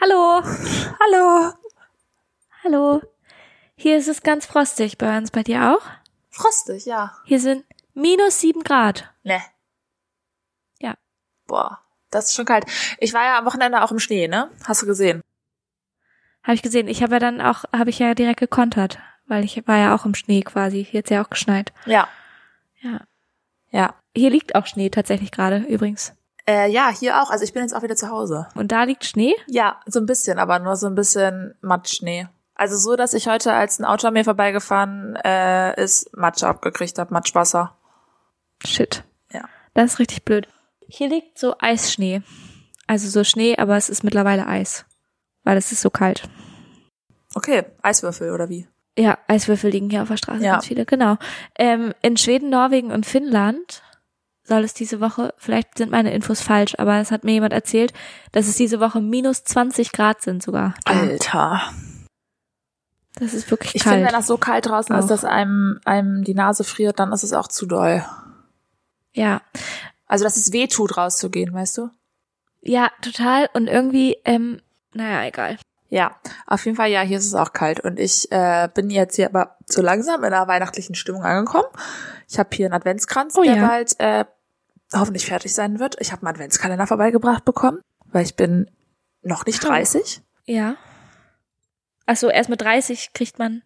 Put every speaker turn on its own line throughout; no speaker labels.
Hallo,
Hallo.
hallo. Hier ist es ganz frostig bei uns, bei dir auch?
Frostig, ja.
Hier sind minus sieben Grad.
Ne.
Ja.
Boah, das ist schon kalt. Ich war ja am Wochenende auch im Schnee, ne? Hast du gesehen?
Habe ich gesehen. Ich habe ja dann auch, habe ich ja direkt gekontert, weil ich war ja auch im Schnee quasi. Hier ist ja auch geschneit.
Ja.
Ja.
Ja.
Hier liegt auch Schnee tatsächlich gerade übrigens.
Äh, ja, hier auch. Also ich bin jetzt auch wieder zu Hause.
Und da liegt Schnee?
Ja, so ein bisschen, aber nur so ein bisschen Matschschnee. Also so, dass ich heute, als ein Auto an mir vorbeigefahren äh, ist, Matsch abgekriegt habe, Matschwasser.
Shit.
Ja.
Das ist richtig blöd. Hier liegt so Eisschnee. Also so Schnee, aber es ist mittlerweile Eis. Weil es ist so kalt.
Okay, Eiswürfel oder wie?
Ja, Eiswürfel liegen hier auf der Straße
Ja.
ganz viele, genau. Ähm, in Schweden, Norwegen und Finnland soll es diese Woche, vielleicht sind meine Infos falsch, aber es hat mir jemand erzählt, dass es diese Woche minus 20 Grad sind sogar.
Alter.
Das ist wirklich
Äh, Ich
kalt.
finde, wenn das so kalt draußen
Auch.
ist, dass einem, einem die Nase friert, dann ist es auch zu doll.
ja.
Also, dass es weh tut, rauszugehen, weißt du?
Ja, total. Und irgendwie, ähm, naja, egal.
Ja, auf jeden Fall, ja, hier ist es auch kalt. Und ich äh, bin jetzt hier aber so langsam in einer weihnachtlichen Stimmung angekommen. Ich habe hier einen Adventskranz,
Oh
der
ja.
bald äh, hoffentlich fertig sein wird. Ich habe einen Adventskalender vorbeigebracht bekommen, weil ich bin noch nicht
Oh.
30.
Ja. Ach so, erst mit 30 kriegt man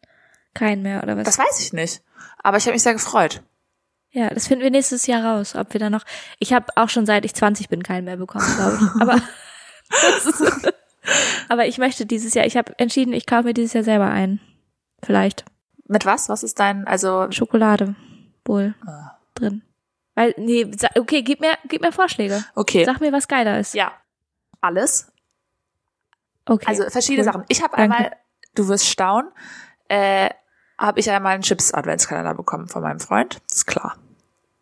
keinen mehr, oder was?
Das weiß ich nicht. Aber ich habe mich sehr gefreut.
ja, das finden wir nächstes Jahr raus, ob wir da noch. Ich habe auch schon seit ich 20 bin keinen mehr bekommen, glaube ich. Aber, das ist- aber ich möchte dieses Jahr, ich habe entschieden, ich kaufe mir dieses Jahr selber einen. Vielleicht.
Mit was? Was ist dein, also
Schokolade wohl
Ah.
drin. Weil, nee, sa- okay, gib mir, gib mir Vorschläge.
okay.
Sag mir, was geiler ist.
Ja. Alles.
Okay.
Also verschiedene
cool.
Sachen. Ich habe
Danke.
einmal, du wirst staunen, äh, habe ich einmal einen Chips-Adventskalender bekommen von meinem Freund. Ist klar.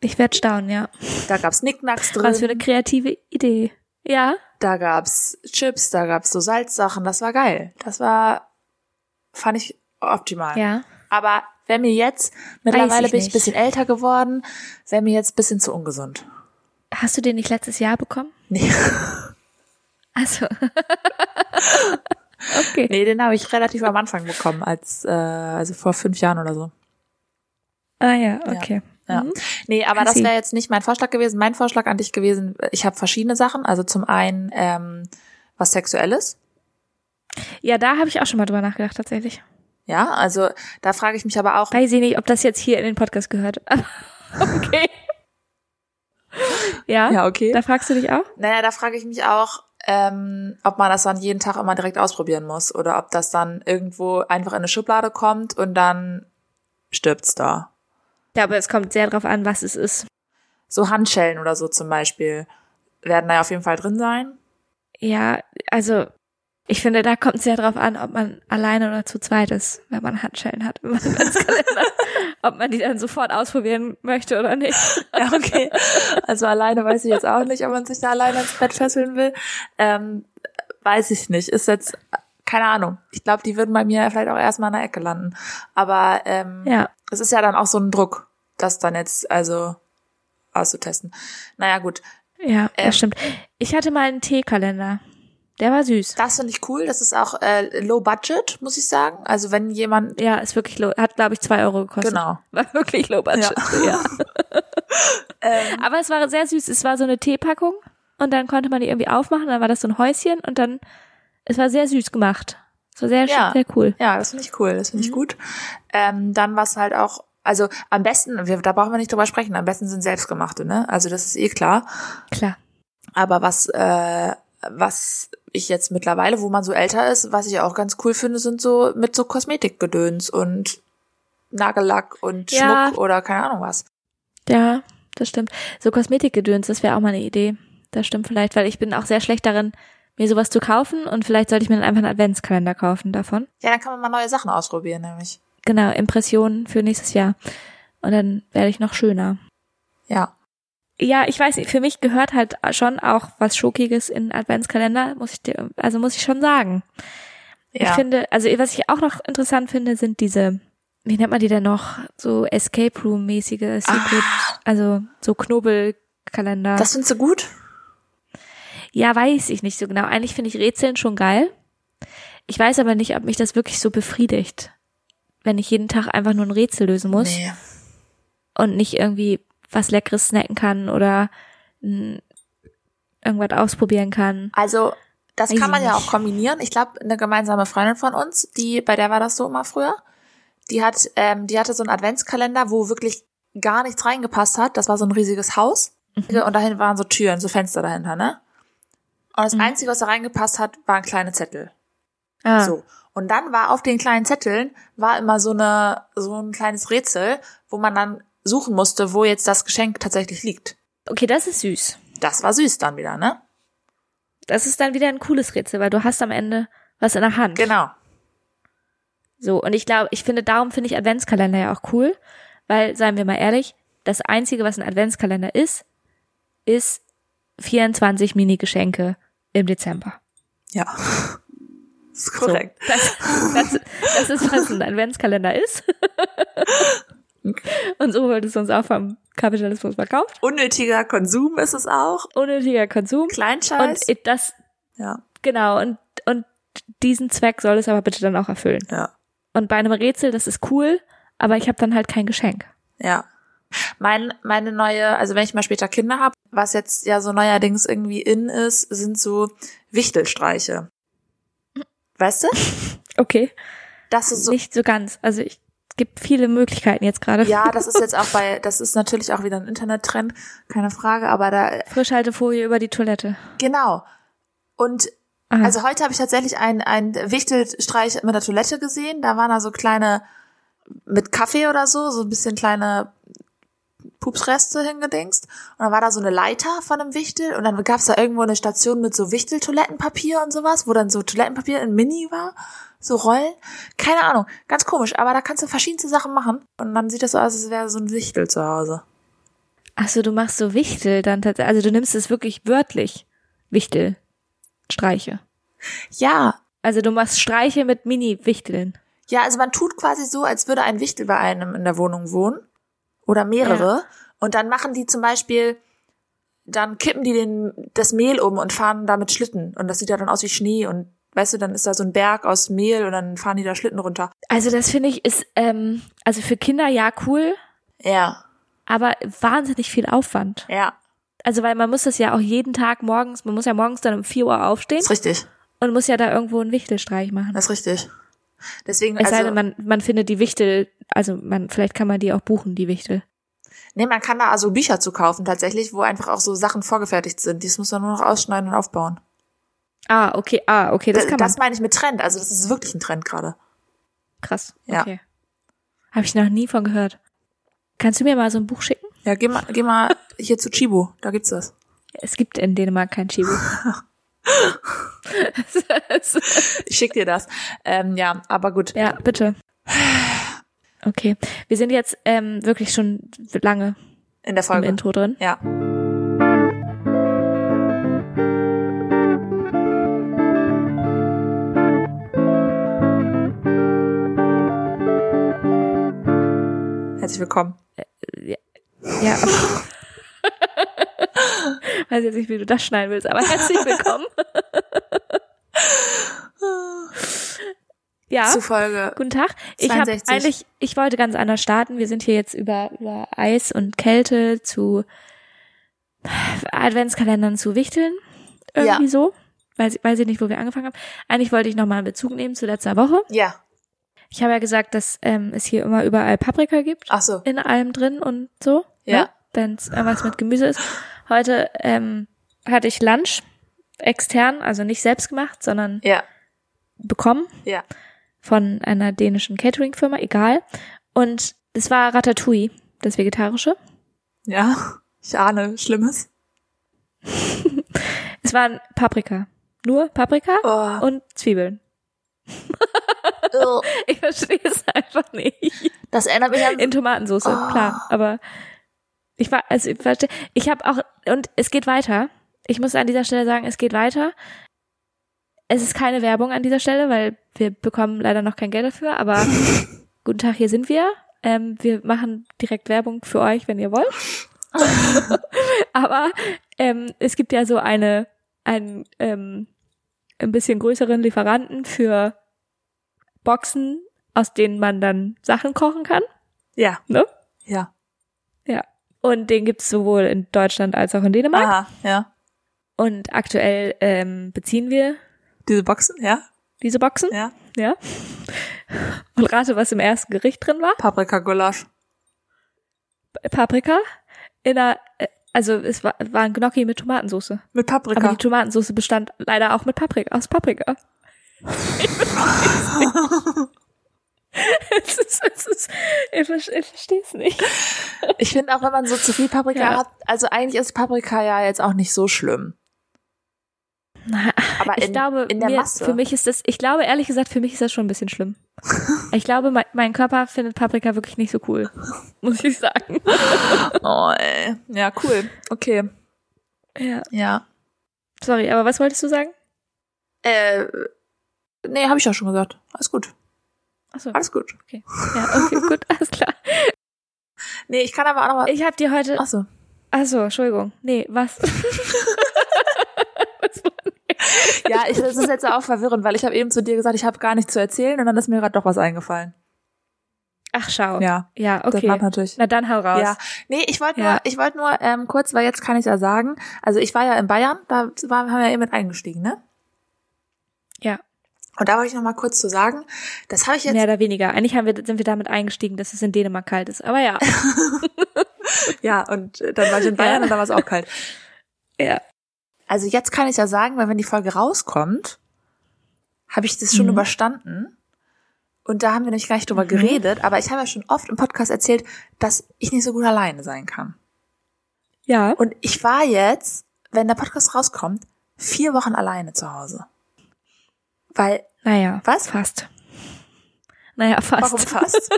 Ich werde staunen, ja.
Da gab's Nicknacks drin.
Was für eine kreative Idee. Ja.
Da gab's Chips, da gab's so Salzsachen, das war geil. Das war, fand ich optimal.
Ja.
Aber wenn mir jetzt, mittlerweile
ich
bin ich ein
nicht.
bisschen älter geworden, wäre mir jetzt ein bisschen zu ungesund.
Hast du den nicht letztes Jahr bekommen?
Nee,
Also. okay.
nee den habe ich relativ am Anfang bekommen, als äh, also vor fünf Jahren oder so.
Ah ja, okay.
Ja.
Mhm.
Nee, aber
I
das
see.
wäre jetzt nicht mein Vorschlag gewesen. Mein Vorschlag an dich gewesen, ich habe verschiedene Sachen. Also zum einen ähm, was Sexuelles.
Ja, da habe ich auch schon mal drüber nachgedacht tatsächlich.
Ja, also da frage ich mich aber auch,
Weiß ich nicht, ob das jetzt hier in den Podcast gehört. Aber okay. ja,
ja, okay.
da fragst du dich auch?
Naja, da frage ich mich auch, ähm, ob man das dann jeden Tag immer direkt ausprobieren muss oder ob das dann irgendwo einfach in eine Schublade kommt und dann stirbt's da.
Ja, aber es kommt sehr drauf an, was es ist.
So Handschellen oder so zum Beispiel werden da ja auf jeden Fall drin sein.
Ja, also ich finde, da kommt sehr drauf an, ob man alleine oder zu zweit ist, wenn man Handschellen hat. Wenn man einen Adventskalender hat. ob man die dann sofort ausprobieren möchte oder nicht.
Ja, okay. Also alleine weiß ich jetzt auch nicht, ob man sich da alleine ins Bett fesseln will. Ähm, weiß ich nicht. Ist jetzt, keine Ahnung. Ich glaube, die würden bei mir vielleicht auch erstmal in der Ecke landen. Aber ähm,
Ja.
es ist ja dann auch so ein Druck, das dann jetzt also auszutesten. Naja, gut.
Ja,
Ähm.
das stimmt. Ich hatte mal einen Teekalender. Der war süß.
Das finde ich cool. Das ist auch äh, low budget, muss ich sagen. Also wenn jemand.
Ja, ist wirklich low. Hat, glaube ich, zwei Euro gekostet.
Genau.
War wirklich low budget. Ja.
Ähm,
Aber es war sehr süß. Es war so eine Teepackung und dann konnte man die irgendwie aufmachen. Dann war das so ein Häuschen und dann, es war sehr süß gemacht. Es war sehr,
Ja.
sehr cool.
ja, das finde ich cool. Das
Mhm.
finde ich gut. Ähm, dann was halt auch. Also am besten, wir, da brauchen wir nicht drüber sprechen, am besten sind selbstgemachte, ne? Also das ist eh klar.
Klar.
Aber was, äh, was ich jetzt mittlerweile, wo man so älter ist, was ich auch ganz cool finde, sind so mit so Kosmetikgedöns und Nagellack und
Ja.
Schmuck oder keine Ahnung was.
Ja, das stimmt. So Kosmetikgedöns, das wäre auch mal eine Idee. Das stimmt vielleicht, weil ich bin auch sehr schlecht darin, mir sowas zu kaufen und vielleicht sollte ich mir dann einfach einen Adventskalender kaufen davon.
Ja, dann kann man mal neue Sachen ausprobieren, nämlich.
Genau, Impressionen für nächstes Jahr. Und dann werde ich noch schöner.
Ja.
Ja, ich weiß nicht, für mich gehört halt schon auch was Schokiges in Adventskalender, muss ich dir, also muss ich schon sagen. Ich
Ja.
finde, also was ich auch noch interessant finde, sind diese, wie nennt man die denn noch? So Escape Room-mäßige Secret, also so Knobelkalender.
Ah. das findest du gut?
Ja, weiß ich nicht so genau. Eigentlich finde ich Rätseln schon geil. Ich weiß aber nicht, ob mich das wirklich so befriedigt, wenn ich jeden Tag einfach nur ein Rätsel lösen muss
Nee.
und nicht irgendwie was Leckeres snacken kann oder mm, irgendwas ausprobieren kann.
Also, das
Weiß
kann
ich
man ja
nicht.
auch kombinieren. Ich glaube, eine gemeinsame Freundin von uns, die, bei der war das so immer früher, die hat, ähm, die hatte so einen Adventskalender, wo wirklich gar nichts reingepasst hat. Das war so ein riesiges Haus.
Mhm.
Und dahin waren so Türen, so Fenster dahinter, ne? Und das
Mhm.
Einzige, was da reingepasst hat, waren kleine Zettel.
Ah,
So. Und dann war auf den kleinen Zetteln war immer so eine, so ein kleines Rätsel, wo man dann suchen musste, wo jetzt das Geschenk tatsächlich liegt.
Okay, das ist süß.
Das war süß dann wieder, ne?
Das ist dann wieder ein cooles Rätsel, weil du hast am Ende was in der Hand.
Genau.
So, und ich glaube, ich finde, darum finde ich Adventskalender ja auch cool, weil, seien wir mal ehrlich, das Einzige, was ein Adventskalender ist, ist 24 Mini-Geschenke im Dezember.
Ja. ist korrekt.
So, das, das, das ist, was ein Adventskalender ist. und so wird es uns auch vom Kapitalismus verkauft.
Unnötiger Konsum ist es auch.
Unnötiger Konsum.
Kleinscheiß.
Und it- das,
ja.
genau, und, und diesen Zweck soll es aber bitte dann auch erfüllen.
Ja.
Und bei einem Rätsel, das ist cool, aber ich habe dann halt kein Geschenk.
Ja. Mein, meine neue, also wenn ich mal später Kinder habe, was jetzt ja so neuerdings irgendwie in ist, sind so Wichtelstreiche. Weißt du?
Okay.
Das ist so
Nicht so ganz. Also ich gibt viele Möglichkeiten jetzt gerade.
Ja, das ist jetzt auch bei, das ist natürlich auch wieder ein Internettrend, keine Frage, aber da,
Frischhaltefolie über die Toilette.
genau. Und
Ah,
also heute habe ich tatsächlich einen, einen Wichtelstreich mit der Toilette gesehen. Da waren da so kleine, mit Kaffee oder so, so ein bisschen kleine Pupsreste hingedingst. Und dann war da so eine Leiter von einem Wichtel und dann gab's da irgendwo eine Station mit so Wichteltoilettenpapier und sowas, wo dann so Toilettenpapier in Mini war, so Rollen. Keine Ahnung, ganz komisch, aber da kannst du verschiedenste Sachen machen. Und dann sieht das so aus, als wäre so ein Wichtel zu Hause.
Achso, du machst so Wichtel dann tatsächlich. Also du nimmst es wirklich wörtlich. Wichtel. Streiche.
Ja,
Also du machst Streiche mit Mini-Wichteln.
Ja, also man tut quasi so, als würde ein Wichtel bei einem in der Wohnung wohnen oder mehrere. Und dann machen die zum Beispiel, dann kippen die den, das Mehl um und fahren damit Schlitten. Und das sieht ja dann aus wie Schnee. Und weißt du, dann ist da so ein Berg aus Mehl und dann fahren die da Schlitten runter.
Also das finde ich ist, ähm, also für Kinder ja cool,
Ja,
aber wahnsinnig viel Aufwand.
ja,
Also weil man muss das ja auch jeden Tag morgens, man muss ja morgens dann um 4 Uhr aufstehen
ist richtig.
und muss ja da irgendwo einen Wichtelstreich machen.
Das ist richtig. Deswegen,
Es sei denn,
also,
man, man findet die Wichtel, also man, vielleicht kann man die auch buchen, die Wichtel.
nee, man kann da also Bücher zu kaufen tatsächlich, wo einfach auch so Sachen vorgefertigt sind. Dies muss man nur noch ausschneiden und aufbauen.
Ah, okay, ah, okay, das kann
das
man.
meine ich mit Trend. Also das ist wirklich ein Trend gerade.
Krass.
Ja.
Okay. Habe ich noch nie von gehört. Kannst du mir mal so ein Buch schicken?
Ja, geh mal, geh mal hier zu Chibo. Da gibt's das.
Es gibt in Dänemark kein Chibo.
Ich schick dir das. Ähm, ja, aber gut.
ja, bitte. Okay. Wir sind jetzt ähm, wirklich schon lange
In der
im
Folge.
Intro drin.
Ja. Herzlich willkommen.
Ja. Weiß jetzt nicht, wie du das schneiden willst, aber herzlich willkommen. ja.
Zu Folge.
Guten Tag. Ich habe
62.
eigentlich, ich wollte ganz anders starten. Wir sind hier jetzt über, über Eis und Kälte zu Adventskalendern zu Wichteln. Irgendwie so. Weiß, weiß ich nicht, wo wir angefangen haben. Eigentlich wollte ich nochmal einen Bezug nehmen zu letzter Woche.
Ja.
Ich habe ja gesagt, dass ähm, es hier immer überall Paprika gibt
Ach so.
in allem drin und so.
Ja.
Ne? Wenn es irgendwas mit Gemüse ist. Heute ähm, hatte ich Lunch extern, also nicht selbst gemacht, sondern
Ja.
bekommen
Ja.
von einer dänischen Catering-Firma, egal. Und es war Ratatouille, das Vegetarische.
Ja. Ich ahne Schlimmes.
Es waren Paprika. Nur Paprika
Oh.
und Zwiebeln. Ich verstehe es einfach nicht.
Das erinnert mich an.
In Tomatensauce, klar. Aber ich war, also ich verstehe, ich habe auch, und es geht weiter. Ich muss an dieser Stelle sagen, es geht weiter. Es ist keine Werbung an dieser Stelle, weil wir bekommen leider noch kein Geld dafür, aber guten Tag, hier sind wir. Ähm, wir machen direkt Werbung für euch, wenn ihr wollt. aber ähm, es gibt ja so eine, ein, ähm, ein bisschen größeren Lieferanten für Boxen, aus denen man dann Sachen kochen kann.
Ja.
Ne?
Ja.
Und den gibt's sowohl in Deutschland als auch in Dänemark.
Aha, ja.
Und aktuell ähm, beziehen wir
Diese Boxen, ja.
diese Boxen.
Ja.
Ja. Und rate, was im ersten Gericht drin war.
Paprikagulasch.
Paprika in einer, äh, also es war, war ein Gnocchi mit Tomatensauce.
Mit
Aber
Paprika.
die Tomatensauce bestand leider auch mit Paprika, aus Paprika. Ich versteh's nicht. es ist, es ist, ich, ver- ich verstehe es nicht.
Ich finde auch, wenn man so zu viel Paprika
Ja.
hat, also eigentlich ist Paprika ja jetzt auch nicht so schlimm. Aber
Ich
in,
glaube,
in der
mir,
Masse.
für mich ist das, ich glaube ehrlich gesagt, für mich ist das schon ein bisschen schlimm. Ich glaube, mein, mein Körper findet Paprika wirklich nicht so cool, muss ich sagen.
Oh, ey. Ja, cool. Okay.
Ja.
Ja.
Sorry, aber was wolltest du sagen?
Äh, nee, habe ich ja schon gesagt. Alles gut.
Achso,
Alles gut.
ja, okay, gut, alles klar.
Nee, ich kann aber auch noch mal.
Ich habe dir heute,
Achso.
achso, Entschuldigung, nee, was? Was war-
Ja, ich, das ist jetzt auch verwirrend, weil ich habe eben zu dir gesagt, ich habe gar nichts zu erzählen und dann ist mir gerade doch was eingefallen.
Ach, schau.
Ja,
Ja,
das macht
okay.
natürlich.
Na dann hau raus.
Ja, nee, ich wollte
Ja.
nur, ich wollte nur ähm, kurz, weil jetzt kann ich ja sagen, also ich war ja in Bayern, da waren, haben wir eben mit eingestiegen, ne?
Ja.
Und da wollte ich noch mal kurz zu sagen, das habe ich jetzt
Mehr oder weniger. Eigentlich haben wir, sind wir damit eingestiegen, dass es in Dänemark kalt ist. Aber ja.
Ja, und äh, dann war ich in Bayern
Ja.
und da war es auch kalt.
ja.
Also jetzt kann ich ja sagen, weil wenn die Folge rauskommt, habe ich das schon
Mhm.
überstanden. Und da haben wir nämlich gar nicht drüber
Mhm.
geredet, aber ich habe ja schon oft im Podcast erzählt, dass ich nicht so gut alleine sein kann.
Ja.
Und ich war jetzt, wenn der Podcast rauskommt, vier Wochen alleine zu Hause. Weil,
Naja.
was?
Fast. Naja, fast.
Warum fast?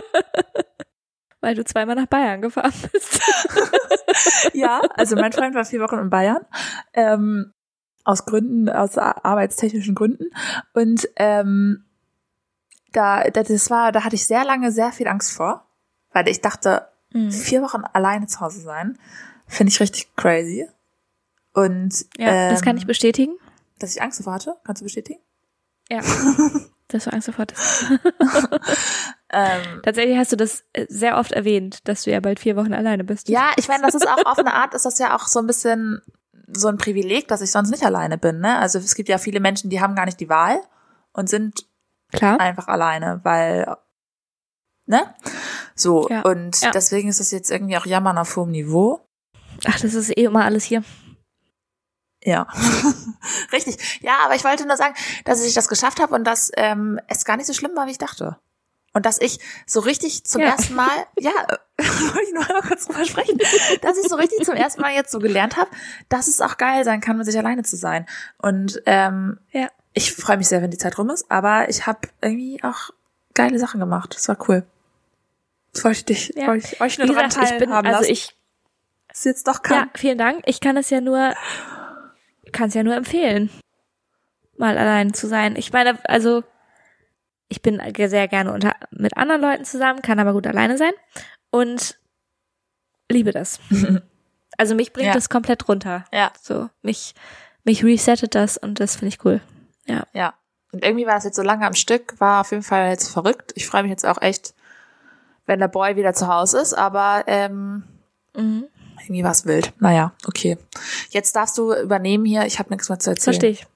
Weil du zweimal nach Bayern gefahren bist.
Ja, also mein Freund war vier Wochen in Bayern. Ähm, aus Gründen, aus a- arbeitstechnischen Gründen. Und ähm, da, da- das war, da hatte ich sehr lange sehr viel Angst vor, weil ich dachte,
Mhm.
vier Wochen alleine zu Hause sein, finde ich richtig crazy. Und
Ja, das kann ich
ähm,
bestätigen.
dass ich Angst davor hatte, kannst du bestätigen?
Ja. Dass du Angst davor hattest.
Ähm,
Tatsächlich hast du das äh, sehr oft erwähnt, dass du ja bald vier Wochen alleine bist.
ja, ich meine, das ist auch auf eine Art, ist das ja auch so ein bisschen so ein Privileg, dass ich sonst nicht alleine bin. Ne? Also es gibt ja viele Menschen, die haben gar nicht die Wahl und sind
Klar.
einfach alleine, weil, ne? So,
Ja.
und
Ja.
deswegen ist das jetzt irgendwie auch Jammern auf hohem Niveau.
Ach, das ist eh immer alles hier.
Ja, richtig. Ja, aber ich wollte nur sagen, dass ich das geschafft habe und dass ähm, es gar nicht so schlimm war, wie ich dachte. Und dass ich so richtig zum
Ja.
ersten Mal, ja, äh, wollte ich nur einmal kurz drüber sprechen, dass ich so richtig zum ersten Mal jetzt so gelernt habe, dass es auch geil sein kann, mit sich alleine zu sein. Und ähm,
Ja.
ich freue mich sehr, wenn die Zeit rum ist, aber ich habe irgendwie auch geile Sachen gemacht. Das war cool. Das wollte ich dich,
Ja.
wollte ich euch
Wie
nur daran
gesagt, ich bin,
teilhaben
also
lassen.
ich
ist jetzt doch
Ja,
kein,
vielen Dank. Ich kann es ja nur, kann es ja nur empfehlen, mal allein zu sein. Ich meine, also ich bin ge- sehr gerne unter, mit anderen Leuten zusammen, kann aber gut alleine sein und liebe das. Also mich bringt
Ja.
das komplett runter.
ja.
So mich, mich resettet das und das finde ich cool.
Ja. Und irgendwie war das jetzt so lange am Stück, war auf jeden Fall jetzt verrückt. Ich freue mich jetzt auch echt, wenn der Boy wieder zu Hause ist, aber ähm,
Mhm.
irgendwie war es wild. Naja, okay. Jetzt darfst du übernehmen hier, ich habe nichts mehr zu erzählen.
Verstehe ich.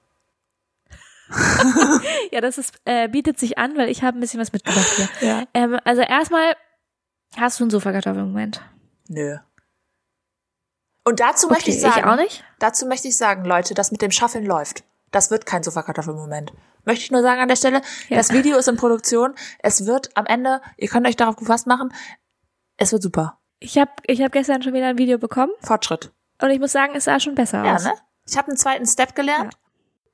ja, das ist, äh, bietet sich an, weil ich habe ein bisschen was mitgebracht hier.
Ja.
Ähm, also erstmal hast du einen Sofakartoffel im Moment.
Nö. Und dazu möchte ich
Okay,
sagen,
ich auch nicht.
dazu möchte ich sagen, Leute, das mit dem Schaffeln läuft. Das wird kein Sofakartoffelmoment. Möchte ich nur sagen an der Stelle,
Ja.
das Video ist in Produktion. Es wird am Ende, ihr könnt euch darauf gefasst machen, es wird super.
Ich habe ich hab gestern schon wieder ein Video bekommen
Fortschritt.
und ich muss sagen, es sah schon besser
Ja,
aus.
ne? Ich habe einen zweiten Step gelernt.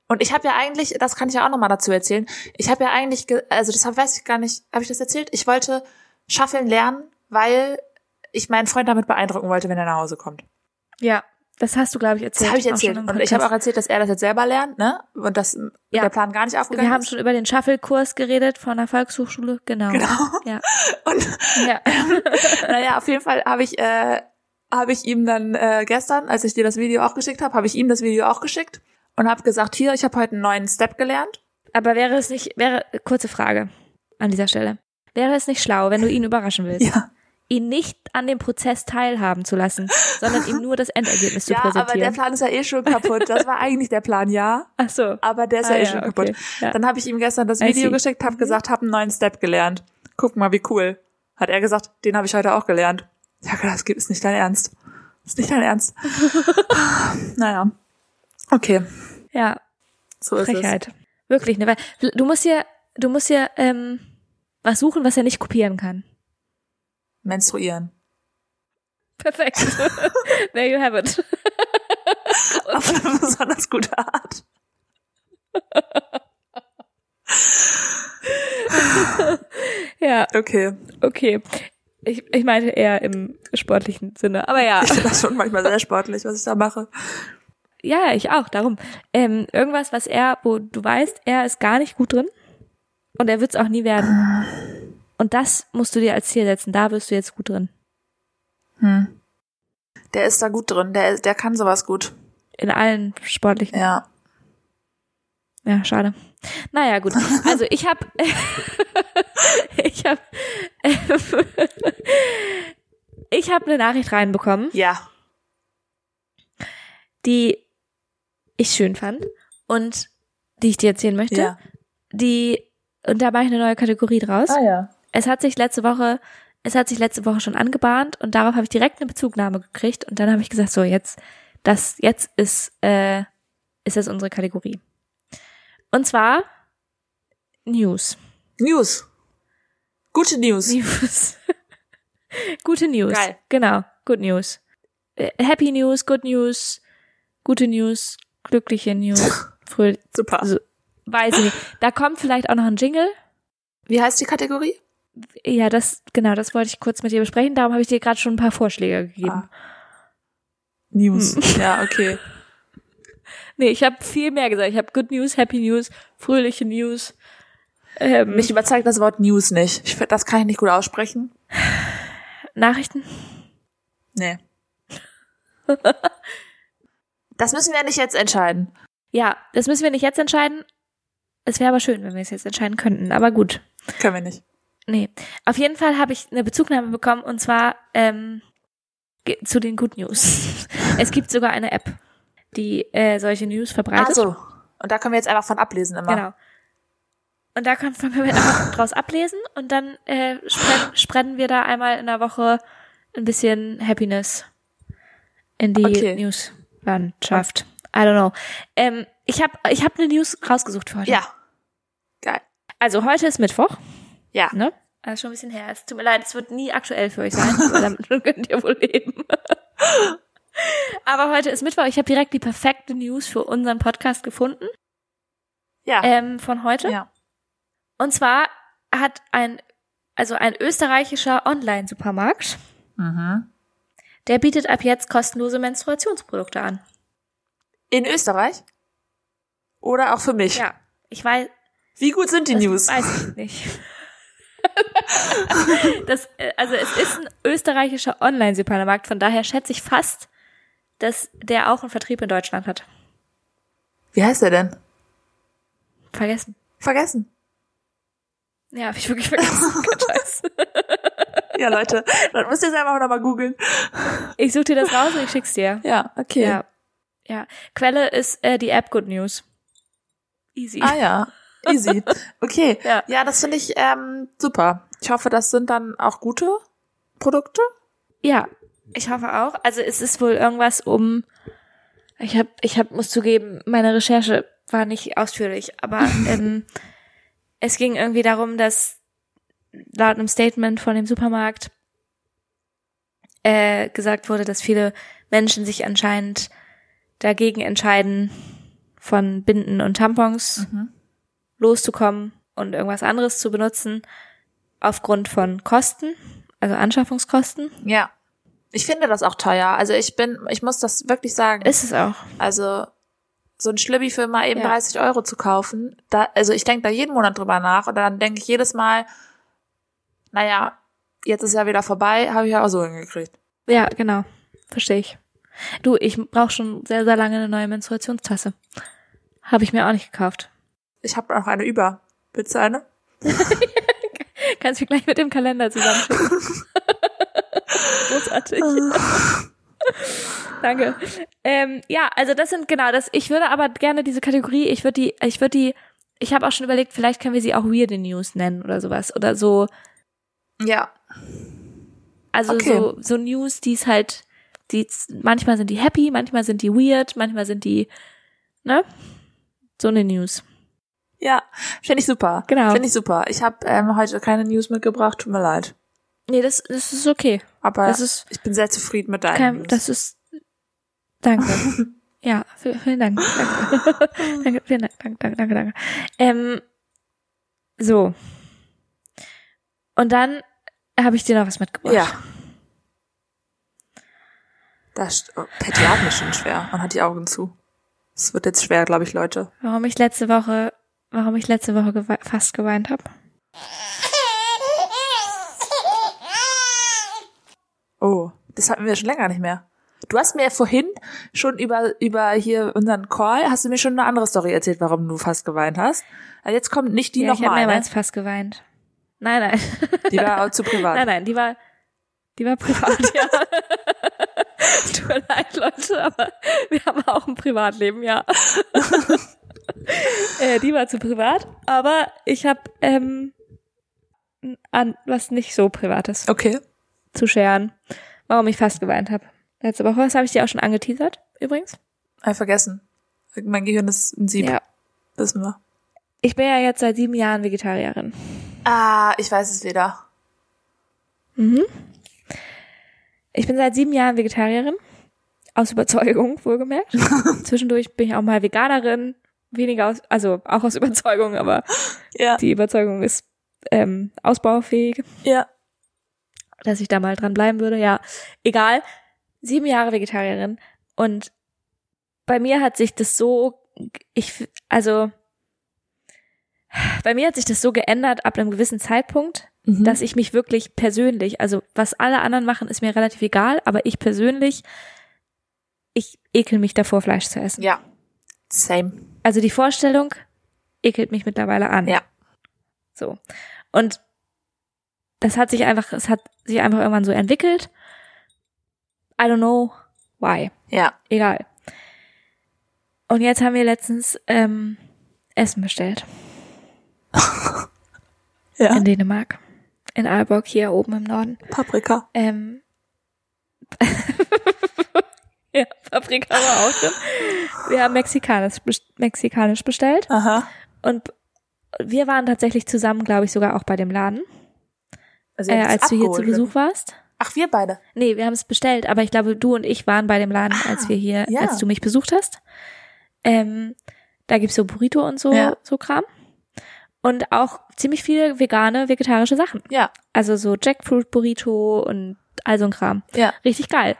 Und ich habe ja eigentlich, das kann ich ja auch nochmal dazu erzählen, ich habe ja eigentlich, ge- also das hab, weiß ich gar nicht, habe ich das erzählt? Ich wollte Schaffeln lernen, weil ich meinen Freund damit beeindrucken wollte, wenn er nach Hause kommt.
Ja, das hast du, glaube ich,
Das
erzählt.
habe ich
auch
erzählt.
schon im
Und ich habe auch
Podcast.
erzählt, dass er das jetzt selber lernt, ne? Und dass m,
Ja.
der Plan gar nicht aufgegangen
Wir haben
ist.
schon über den Shuffle-Kurs geredet von der Volkshochschule. Genau.
genau.
Ja.
Und
ja.
naja, auf jeden Fall habe ich, äh, habe ich ihm dann äh, gestern, als ich dir das Video auch geschickt habe, habe ich ihm das Video auch geschickt. und habe gesagt, hier, ich habe heute einen neuen Step gelernt.
Aber wäre es nicht, wäre, kurze Frage an dieser Stelle. Wäre es nicht schlau, wenn du ihn überraschen willst,
Ja.
ihn nicht an dem Prozess teilhaben zu lassen, sondern ihm nur das Endergebnis zu
Ja, aber der
präsentieren?
Plan ist ja eh schon kaputt. Das war eigentlich der Plan, ja.
Ach so.
Aber der ist
Ah,
ja eh
ja,
schon
okay.
kaputt.
Ja.
Dann habe ich ihm gestern das
I
Video
see. Mhm.
geschickt, habe gesagt, habe einen neuen Step gelernt. Guck mal, wie cool. Hat er gesagt, den habe ich heute auch gelernt. Ja, das ist nicht dein Ernst. Ist nicht dein Ernst. naja. Okay,
Ja,
so ist
Frechheit. Wirklich, ne? Weil du musst ja, du musst ja ähm, was suchen, was er nicht kopieren kann.
es. Menstruieren.
Perfekt. There you have it.
Auf eine besonders gute Art.
Ja,
Okay.
okay. Ich, ich meinte eher im sportlichen Sinne, aber ja.
Ich finde das schon manchmal sehr sportlich, was ich da mache.
Ja, ja, ich auch, darum. Ähm, irgendwas, was er, wo du weißt, er ist gar nicht gut drin und er wird's auch nie werden. Und das musst du dir als Ziel setzen, da wirst du jetzt gut drin.
Hm. Der ist da gut drin. Der, der kann sowas gut.
In allen sportlichen.
Ja.
Ja, schade. Naja, gut. Also ich habe ich habe ich habe eine Nachricht reinbekommen,
Ja.
die ich schön fand und die ich dir erzählen möchte.
Ja.
Die und da mache ich eine neue Kategorie draus.
ja.
es hat sich letzte Woche, es hat sich letzte Woche schon angebahnt und darauf habe ich direkt eine Bezugnahme gekriegt und dann habe ich gesagt, so jetzt, das jetzt ist, äh, ist das unsere Kategorie. Und zwar News.
News. Gute News.
News. gute News.
Geil.
Genau, Good News. Äh, Happy News, Good News, gute News, glückliche News. Fröh
Super.
so, weiß ich nicht. Da kommt vielleicht auch noch ein Jingle.
Wie heißt die Kategorie?
Ja, das, genau, das wollte ich kurz mit dir besprechen. Darum habe ich dir gerade schon ein paar Vorschläge
Ah.
gegeben.
News. Ja, okay.
Nee, ich habe viel mehr gesagt. Ich habe Good News, Happy News, fröhliche News. Ähm,
Mich überzeugt das Wort News nicht. Ich, find- das kann ich nicht gut aussprechen.
Nachrichten?
Nee. Das müssen wir nicht jetzt entscheiden.
Ja, das müssen wir nicht jetzt entscheiden. Es wäre aber schön, wenn wir es jetzt entscheiden könnten. Aber gut.
Können wir nicht.
Nee. Auf jeden Fall habe ich eine Bezugnahme bekommen und zwar ähm, ge- zu den Good News. es gibt sogar eine App, die äh, solche News verbreitet.
Also, und da können wir jetzt einfach von ablesen immer.
Genau. Und da können wir einfach draus ablesen und dann äh, spre sprennen wir da einmal in der Woche ein bisschen Happiness in die
Okay.
Newslandschaft. I don't know. Ähm, ich habe ich hab eine News rausgesucht für heute.
Ja. Geil.
Also heute ist Mittwoch,
Ja.
ne? Also schon ein bisschen her. Es tut mir leid, es wird nie aktuell für euch sein, aber damit könnt ihr wohl leben. aber heute ist Mittwoch. Ich habe direkt die perfekte News für unseren Podcast gefunden
Ja.
ähm, von heute.
ja.
Und zwar hat ein, also ein österreichischer Online-Supermarkt,
Mhm.
der bietet ab jetzt kostenlose Menstruationsprodukte an.
In Österreich? Oder auch für mich?
Ja, ich weiß,
Wie gut sind die
das
News?
weiß ich nicht. das, äh, also es ist ein österreichischer Online-Supermarkt, von daher schätze ich fast, dass der auch einen Vertrieb in Deutschland hat.
Wie heißt der denn?
Vergessen.
Vergessen.
Ja, habe ich wirklich vergessen. Kein Scheiß.
Ja, Leute, dann müsst ihr es einfach nochmal googeln.
Ich suche dir das raus und ich schick's dir.
Ja, okay.
Ja. Ja. Quelle ist äh, die App Good News. Easy.
Ah ja, easy. Okay,
Ja.
ja, das finde ich ähm, super. Ich hoffe, das sind dann auch gute Produkte.
Ja, ich hoffe auch. Also es ist wohl irgendwas um. Ich hab, ich hab, muss zugeben, meine Recherche war nicht ausführlich, aber ähm, es ging irgendwie darum, dass laut einem Statement von dem Supermarkt äh, gesagt wurde, dass viele Menschen sich anscheinend dagegen entscheiden, von Binden und Tampons
Mhm.
loszukommen und irgendwas anderes zu benutzen, aufgrund von Kosten, also Anschaffungskosten.
Ja. Ich finde das auch teuer. Also ich bin, ich muss das wirklich sagen.
Ist es auch.
also so ein Schlibbi für mal eben
Ja.
30 Euro zu kaufen, da, also ich denke da jeden Monat drüber nach und dann denke ich jedes Mal, naja, jetzt ist ja wieder vorbei, habe ich ja auch so hingekriegt.
Ja, genau. Verstehe ich. Du, ich brauche schon sehr, sehr lange eine neue Menstruationstasse. Habe ich mir auch nicht gekauft.
Ich habe noch eine über. Willst du eine?
Kannst du gleich mit dem Kalender zusammenschicken. Großartig. Danke. Ähm, ja, also das sind genau das. Ich würde aber gerne diese Kategorie, ich würde die, ich würde die, ich habe auch schon überlegt, vielleicht können wir sie auch Weirde News nennen oder sowas. Oder so,
Ja.
also
Okay.
so, so News, die es halt, die manchmal sind die happy, manchmal sind die weird, manchmal sind die, ne? So eine News.
Ja, finde ich super.
Genau.
Finde ich super. Ich habe ähm, heute keine News mitgebracht, tut mir leid.
Nee, das, das ist okay.
Aber
Das ist
ich bin sehr zufrieden mit deinen
Kein,
News.
das ist. Danke. ja, vi- vielen Dank. Danke, danke vielen Dank. Danke, danke, danke. danke. Ähm, so. Und dann habe ich dir noch was mitgebracht.
ja. Das oh, Patty atmet schon schwer und hat die Augen zu. Es wird jetzt schwer, glaube ich, Leute.
Warum ich letzte Woche, warum ich letzte Woche gewe fast geweint habe.
Oh, das hatten wir schon länger nicht mehr. Du hast mir ja vorhin schon über über hier unseren Call hast du mir schon eine andere Story erzählt, warum du fast geweint hast. Also jetzt kommt nicht die
ja, ich habe
nochmal, ne?
mehrmals fast geweint. Nein, nein.
die war auch zu privat.
Nein, nein, die war, die war privat, ja. Tut mir leid, Leute, aber wir haben auch ein Privatleben, ja. äh, die war zu privat, aber ich habe ähm, an was nicht so Privates
Okay.
zu scheren, warum ich fast geweint habe. Letzte Woche, das habe ich dir auch schon angeteasert, übrigens.
Hab vergessen. Mein Gehirn ist ein Sieb,
Ja.
wissen wir.
Ich bin ja jetzt seit sieben Jahren Vegetarierin.
Ah, ich weiß es wieder.
Ich bin seit sieben Jahren Vegetarierin. Aus Überzeugung, wohlgemerkt. Zwischendurch bin ich auch mal Veganerin. Weniger aus, also auch aus Überzeugung, aber
Ja,
die Überzeugung ist ähm, ausbaufähig,
ja.
dass ich da mal dran bleiben würde. Ja, egal. Sieben Jahre Vegetarierin. Und bei mir hat sich das so, ich, f- also, bei mir hat sich das so geändert ab einem gewissen Zeitpunkt, dass ich mich wirklich persönlich, also was alle anderen machen, ist mir relativ egal, aber ich persönlich, ich ekel mich davor, Fleisch zu essen.
ja. Same.
Also die Vorstellung ekelt mich mittlerweile an.
Ja.
So. Und das hat sich einfach, es hat sich einfach irgendwann so entwickelt. I don't know why.
Ja.
Egal. Und jetzt haben wir letztens ähm, Essen bestellt
Ja. Ah.
in Dänemark. In Aalborg hier oben im Norden.
Paprika.
Ähm. ja, Paprika war auch drin. Wir haben mexikanisch, best- mexikanisch bestellt
Aha.
und wir waren tatsächlich zusammen, glaube ich, sogar auch bei dem Laden,
Also
äh, als du hier zu Besuch warst.
Ach, wir beide.
Nee, wir haben es bestellt, aber ich glaube, du und ich waren bei dem Laden, als wir hier,
Ah, ja.
als du mich besucht hast. Ähm, da gibt's so Burrito und so,
Ja.
so Kram. Und auch ziemlich viele vegane, vegetarische Sachen.
Ja.
Also so Jackfruit Burrito und all so ein Kram.
Ja.
Richtig geil.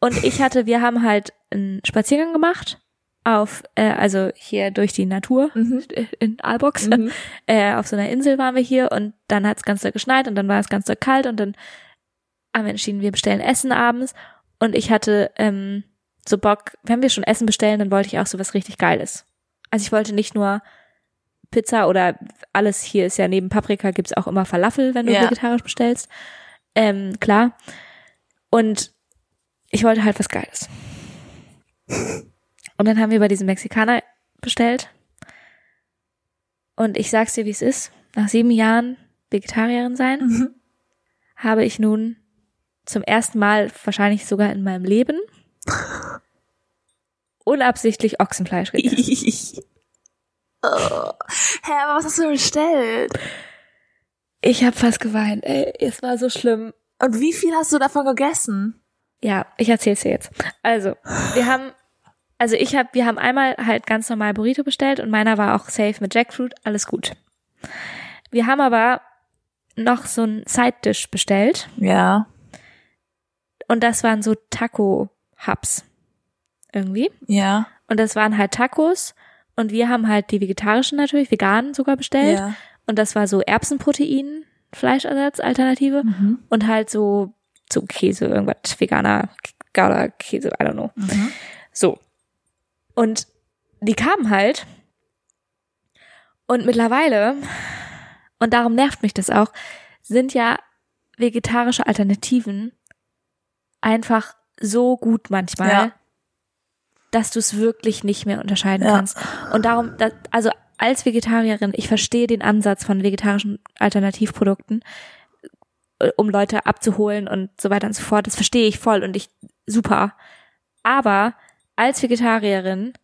Und ich hatte, wir haben halt einen Spaziergang gemacht auf, äh, also hier durch die Natur
Mhm.
in Aalbox.
Mhm.
Äh, auf so einer Insel waren wir hier und dann hat's ganz doll geschneit und dann war es ganz doll kalt und dann haben wir entschieden, wir bestellen Essen abends und ich hatte ähm, so Bock, wenn wir schon Essen bestellen, dann wollte ich auch so was richtig Geiles. Also ich wollte nicht nur Pizza oder alles hier ist ja neben Paprika gibt's auch immer Falafel, wenn du
Ja.
vegetarisch bestellst. Ähm, klar. Und ich wollte halt was Geiles. Und dann haben wir bei diesem Mexikaner bestellt. Und ich sag's dir, wie es ist. Nach sieben Jahren Vegetarierin sein,
Mhm.
habe ich nun zum ersten Mal, wahrscheinlich sogar in meinem Leben, unabsichtlich Ochsenfleisch gegessen.
oh. Hä, aber was hast du bestellt?
Ich habe fast geweint, ey. Es war so schlimm.
Und wie viel hast du davon gegessen?
Ja, ich erzähl's dir jetzt. Also, wir haben, also ich habe, wir haben einmal halt ganz normal Burrito bestellt und meiner war auch safe mit Jackfruit, alles gut. Wir haben aber noch so ein Side-Dish bestellt
Ja.
und das waren so Taco-Hubs. Irgendwie.
Ja.
Und das waren halt Tacos und wir haben halt die vegetarischen natürlich, veganen sogar bestellt.
Ja.
Und das war so Erbsenprotein, Fleischersatz, Alternative
Mhm.
und halt so, so Käse, irgendwas, veganer, Gouda, Käse, I don't know.
Mhm.
So. Und die kamen halt. Und mittlerweile, und darum nervt mich das auch, sind ja vegetarische Alternativen einfach so gut manchmal,
Ja.
dass du es wirklich nicht mehr unterscheiden
Ja.
kannst. Und darum, das, also als Vegetarierin, ich verstehe den Ansatz von vegetarischen Alternativprodukten, äh, um Leute abzuholen und so weiter und so fort. Das verstehe ich voll und ich super. Aber als Vegetarierin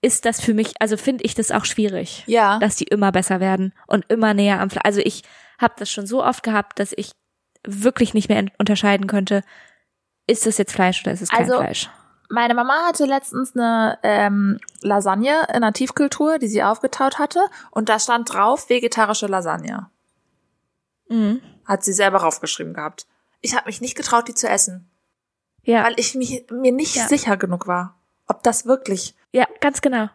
ist das für mich, also finde ich das auch schwierig
Ja.
dass die immer besser werden und immer näher am Fleisch. Also ich habe das schon so oft gehabt, dass ich wirklich nicht mehr en- unterscheiden könnte, ist das jetzt Fleisch oder ist es kein
Also-
Fleisch?
Meine Mama hatte letztens eine ähm, Lasagne in einer Tiefkultur, die sie aufgetaut hatte. Und da stand drauf vegetarische Lasagne.
Mhm.
Hat sie selber raufgeschrieben gehabt. Ich habe mich nicht getraut, die zu essen,
Ja,
weil ich mich, mir nicht
Ja.
sicher genug war, ob das wirklich.
ja, ganz genau,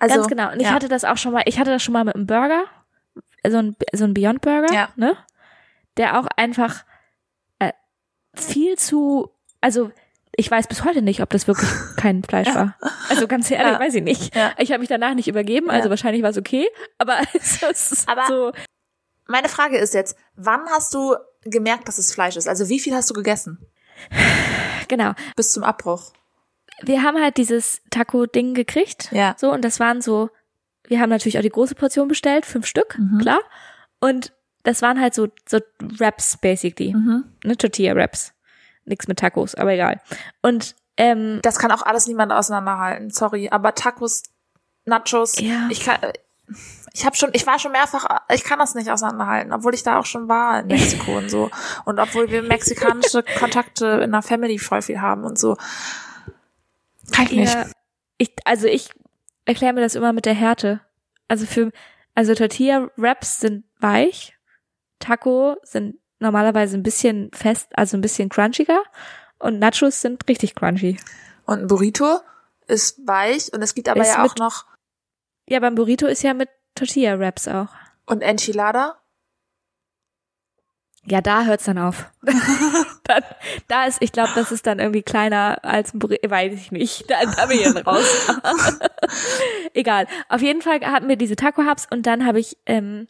Also,
ganz genau. Und ich
ja.
hatte das auch schon mal, ich hatte das schon mal mit einem Burger, so ein, so ein Beyond Burger,
Ja.
ne? Der auch einfach äh, viel zu, also ich weiß bis heute nicht, ob das wirklich kein Fleisch war. Also ganz ehrlich,
Ja.
weiß ich nicht.
Ja.
Ich habe mich danach nicht übergeben, also
Ja.
wahrscheinlich war es okay, aber es ist
Aber
so.
Meine Frage ist jetzt, wann hast du gemerkt, dass es Fleisch ist? Also wie viel hast du gegessen
Genau.
bis zum Abbruch?
Wir haben halt dieses Taco-Ding gekriegt.
Ja.
So, und das waren so, wir haben natürlich auch die große Portion bestellt, fünf Stück,
Mhm.
klar. Und das waren halt so, so Wraps, basically.
Mhm.
Ne, Tortilla-Wraps. Nix mit Tacos, aber egal. Und, ähm,
Das kann auch alles niemand auseinanderhalten. Sorry, aber Tacos, Nachos,
Ja.
ich kann, ich habe schon, ich war schon mehrfach, ich kann das nicht auseinanderhalten, obwohl ich da auch schon war in Mexiko und so und obwohl wir mexikanische Kontakte in der Family voll viel haben und so. Kann ich nicht.
ja, ich, also ich erkläre mir das immer mit der Härte. Also für, also Tortilla-Wraps sind weich, Taco sind normalerweise ein bisschen fest, also ein bisschen crunchiger und Nachos sind richtig crunchy.
Und ein Burrito ist weich und es gibt aber
Ist
ja auch
mit-
noch
Ja, beim Burrito ist ja mit Tortilla Wraps auch.
und Enchilada.
Ja, da hört's dann auf. da, da ist, ich glaube, das ist dann irgendwie kleiner als ein Burrito, weiß ich nicht. Da, da bin ich dann raus. Egal. Auf jeden Fall hatten wir diese Taco Hubs und dann habe ich, ähm,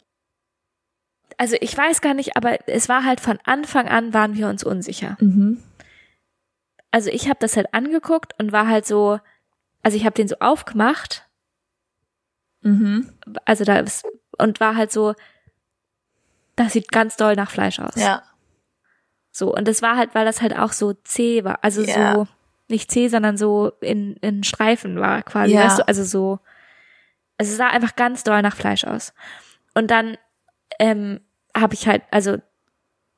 also ich weiß gar nicht, aber es war halt von Anfang an waren wir uns unsicher.
Mhm.
also ich habe das halt angeguckt und war halt so, also ich habe den so aufgemacht,
Mhm.
also da ist, und war halt so, das sieht ganz doll nach Fleisch aus.
Ja.
So, und das war halt, weil das halt auch so zäh war, also
Ja.
so, nicht zäh, sondern so in, in Streifen war quasi,
Ja.
weißt du, also so, also es sah einfach ganz doll nach Fleisch aus. Und dann ähm, habe ich halt, also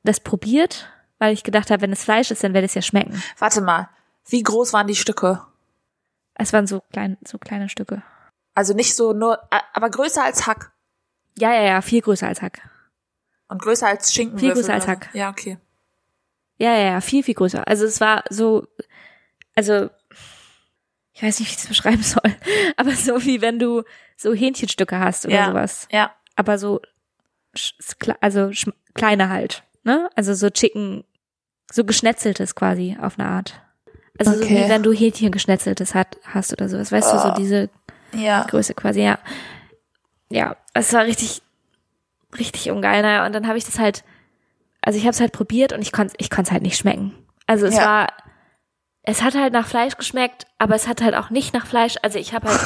das probiert, weil ich gedacht habe, wenn es Fleisch ist, dann wird es ja schmecken.
Warte mal, wie groß waren die Stücke?
Es waren so klein, so kleine Stücke.
Also nicht so nur, a- aber größer als Hack
Ja, ja, ja, viel größer als Hack.
und größer als Schinkenwürfel.
Viel größer als
oder so.
Hack.
Ja, okay.
Ja, ja, ja, viel, viel größer. Also es war so, also ich weiß nicht, wie ich es beschreiben soll, aber so wie wenn du so Hähnchenstücke hast oder
Ja.
sowas.
Ja,
Aber so, sch- skla- also schm- kleine halt, ne? Also so Chicken, so geschnetzeltes quasi auf eine Art. Also so
Okay.
wie wenn du Hähnchen geschnetzeltes hat, hast oder sowas. Weißt du, so
Ah.
diese
ja.
Größe quasi, ja. Ja, es war richtig, richtig ungeil. Naja, und dann habe ich das halt, also ich habe es halt probiert und ich konnte ich es halt nicht schmecken. Also es
Ja.
war, es hat halt nach Fleisch geschmeckt, aber es hat halt auch nicht nach Fleisch. Also ich habe halt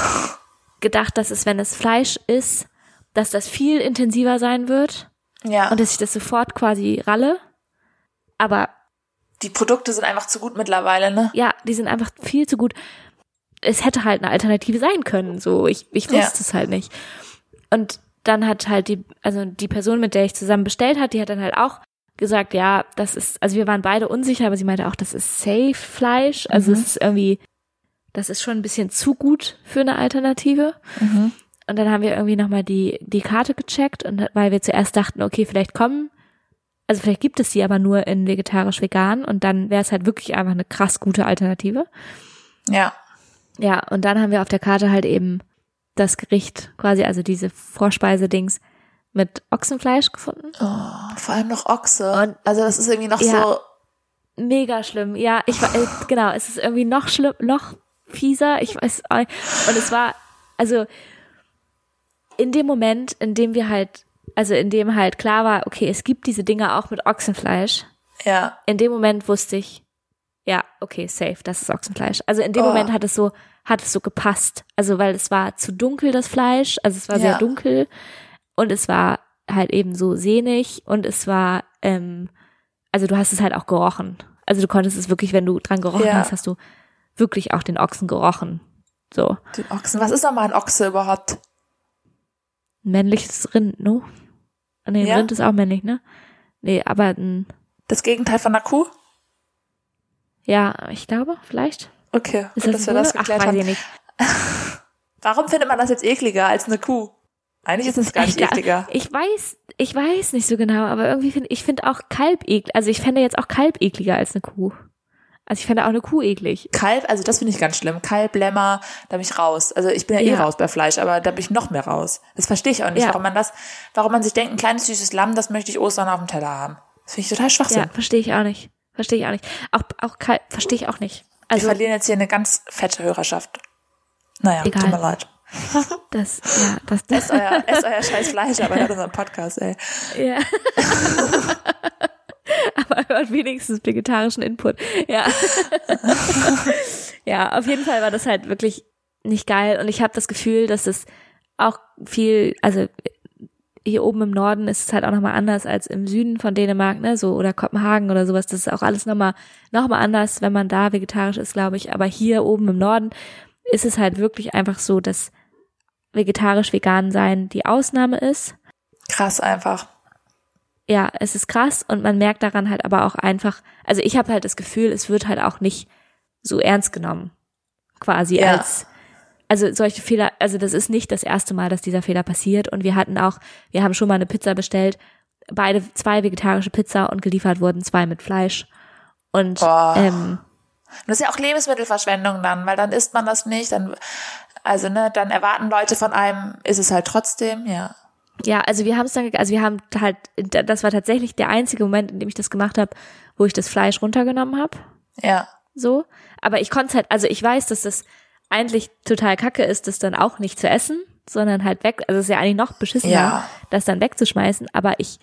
gedacht, dass es, wenn es Fleisch ist, dass das viel intensiver sein wird
Ja.
und dass ich das sofort quasi ralle. Aber
die Produkte sind einfach zu gut mittlerweile, ne?
ja, die sind einfach viel zu gut. Es hätte halt eine Alternative sein können, so. Ich, ich wusste
Ja.
es halt nicht. Und dann hat halt die, also die Person, mit der ich zusammen bestellt hat, die hat dann halt auch gesagt, ja, das ist, also wir waren beide unsicher, aber sie meinte auch, das ist safe Fleisch. Also
Mhm.
es ist irgendwie, das ist schon ein bisschen zu gut für eine Alternative.
Mhm.
Und dann haben wir irgendwie nochmal die, die Karte gecheckt und weil wir zuerst dachten, okay, vielleicht kommen, also vielleicht gibt es die aber nur in vegetarisch-vegan und dann wäre es halt wirklich einfach eine krass gute Alternative.
Ja.
Ja, und dann haben wir auf der Karte halt eben das Gericht quasi, also diese Vorspeise-Dings mit Ochsenfleisch gefunden.
Oh, vor allem noch Ochse.
Und-
also das ist irgendwie noch
Ja.
so.
Mega schlimm. Ja, ich war, äh, genau, es ist irgendwie noch schlimm, noch fieser, ich weiß. auch nicht. Und es war, also in dem Moment, in dem wir halt, also in dem halt klar war, okay, es gibt diese Dinger auch mit Ochsenfleisch,
Ja.
in dem Moment wusste ich, ja, okay, safe, das ist Ochsenfleisch. Also in dem
Oh.
Moment hat es so, hat es so gepasst. Also weil es war zu dunkel, das Fleisch, also es war
Ja.
sehr dunkel und es war halt eben so sehnig und es war, ähm, also du hast es halt auch gerochen. Also du konntest es wirklich, wenn du dran gerochen
Ja.
hast, hast du wirklich auch den Ochsen gerochen. So.
Den Ochsen. Was ist nochmal ein Ochse überhaupt?
Ein männliches Rind, no? Nee, ein
Ja.
Rind ist auch männlich, ne? Nee, aber mm, ein,
Das Gegenteil von einer Kuh?
ja, ich glaube, vielleicht.
Okay,
Ist
gut,
das
dass wir das
ein Bulle?
geklärt
Ach, weiß
haben.
ich nicht.
Warum findet man das jetzt ekliger als eine Kuh? Eigentlich ist es gar nicht
Echt,
ekliger.
Ich weiß, ich weiß nicht so genau, aber irgendwie finde ich finde auch Kalb eklig. Also ich fände jetzt auch Kalb ekliger als eine Kuh. Also ich fände auch eine Kuh eklig.
Kalb, also das finde ich ganz schlimm. Kalb, Lämmer, da bin ich raus. Also ich bin ja, eh
Ja.
raus bei Fleisch, aber da bin ich noch mehr raus. Das verstehe ich auch nicht,
Ja.
warum man das, warum man sich denkt, ein kleines süßes Lamm, das möchte ich Ostern auf dem Teller haben. Das finde ich total Schwachsinn.
Ja, verstehe ich auch nicht. Verstehe ich auch nicht. Auch auch Kalb verstehe ich auch nicht.
Wir
Also
verlieren jetzt hier eine ganz fette Hörerschaft. Naja,
Egal.
tut mir leid.
das ja, das das
Esst euer, esst euer scheiß Fleisch, aber hört unseren Podcast, ey.
ja. aber hört wenigstens vegetarischen Input. Ja. ja, auf jeden Fall war das halt wirklich nicht geil und ich habe das Gefühl, dass es auch viel, also hier oben im Norden ist es halt auch nochmal anders als im Süden von Dänemark, ne, so oder Kopenhagen oder sowas. Das ist auch alles nochmal noch mal anders, wenn man da vegetarisch ist, glaube ich. Aber hier oben im Norden ist es halt wirklich einfach so, dass vegetarisch-vegan sein die Ausnahme ist
Krass einfach.
ja, es ist krass und man merkt daran halt aber auch einfach, also ich habe halt das Gefühl, es wird halt auch nicht so ernst genommen, quasi
Ja.
als also solche Fehler, also das ist nicht das erste Mal, dass dieser Fehler passiert und wir hatten auch, wir haben schon mal eine Pizza bestellt, beide zwei vegetarische Pizza und geliefert wurden zwei mit Fleisch und
Boah.
ähm,
Und das ist ja auch Lebensmittelverschwendung dann, weil dann isst man das nicht, dann, also ne, dann erwarten Leute von einem, ist es halt trotzdem, ja.
Ja, also wir haben es dann, geg- also wir haben halt, das war tatsächlich der einzige Moment, in dem ich das gemacht habe, wo ich das Fleisch runtergenommen habe.
Ja.
so. Aber ich konnte halt, also ich weiß, dass das eigentlich total kacke ist, das dann auch nicht zu essen, sondern halt weg, also es ist ja eigentlich noch beschissener,
Ja.
das dann wegzuschmeißen, aber ich,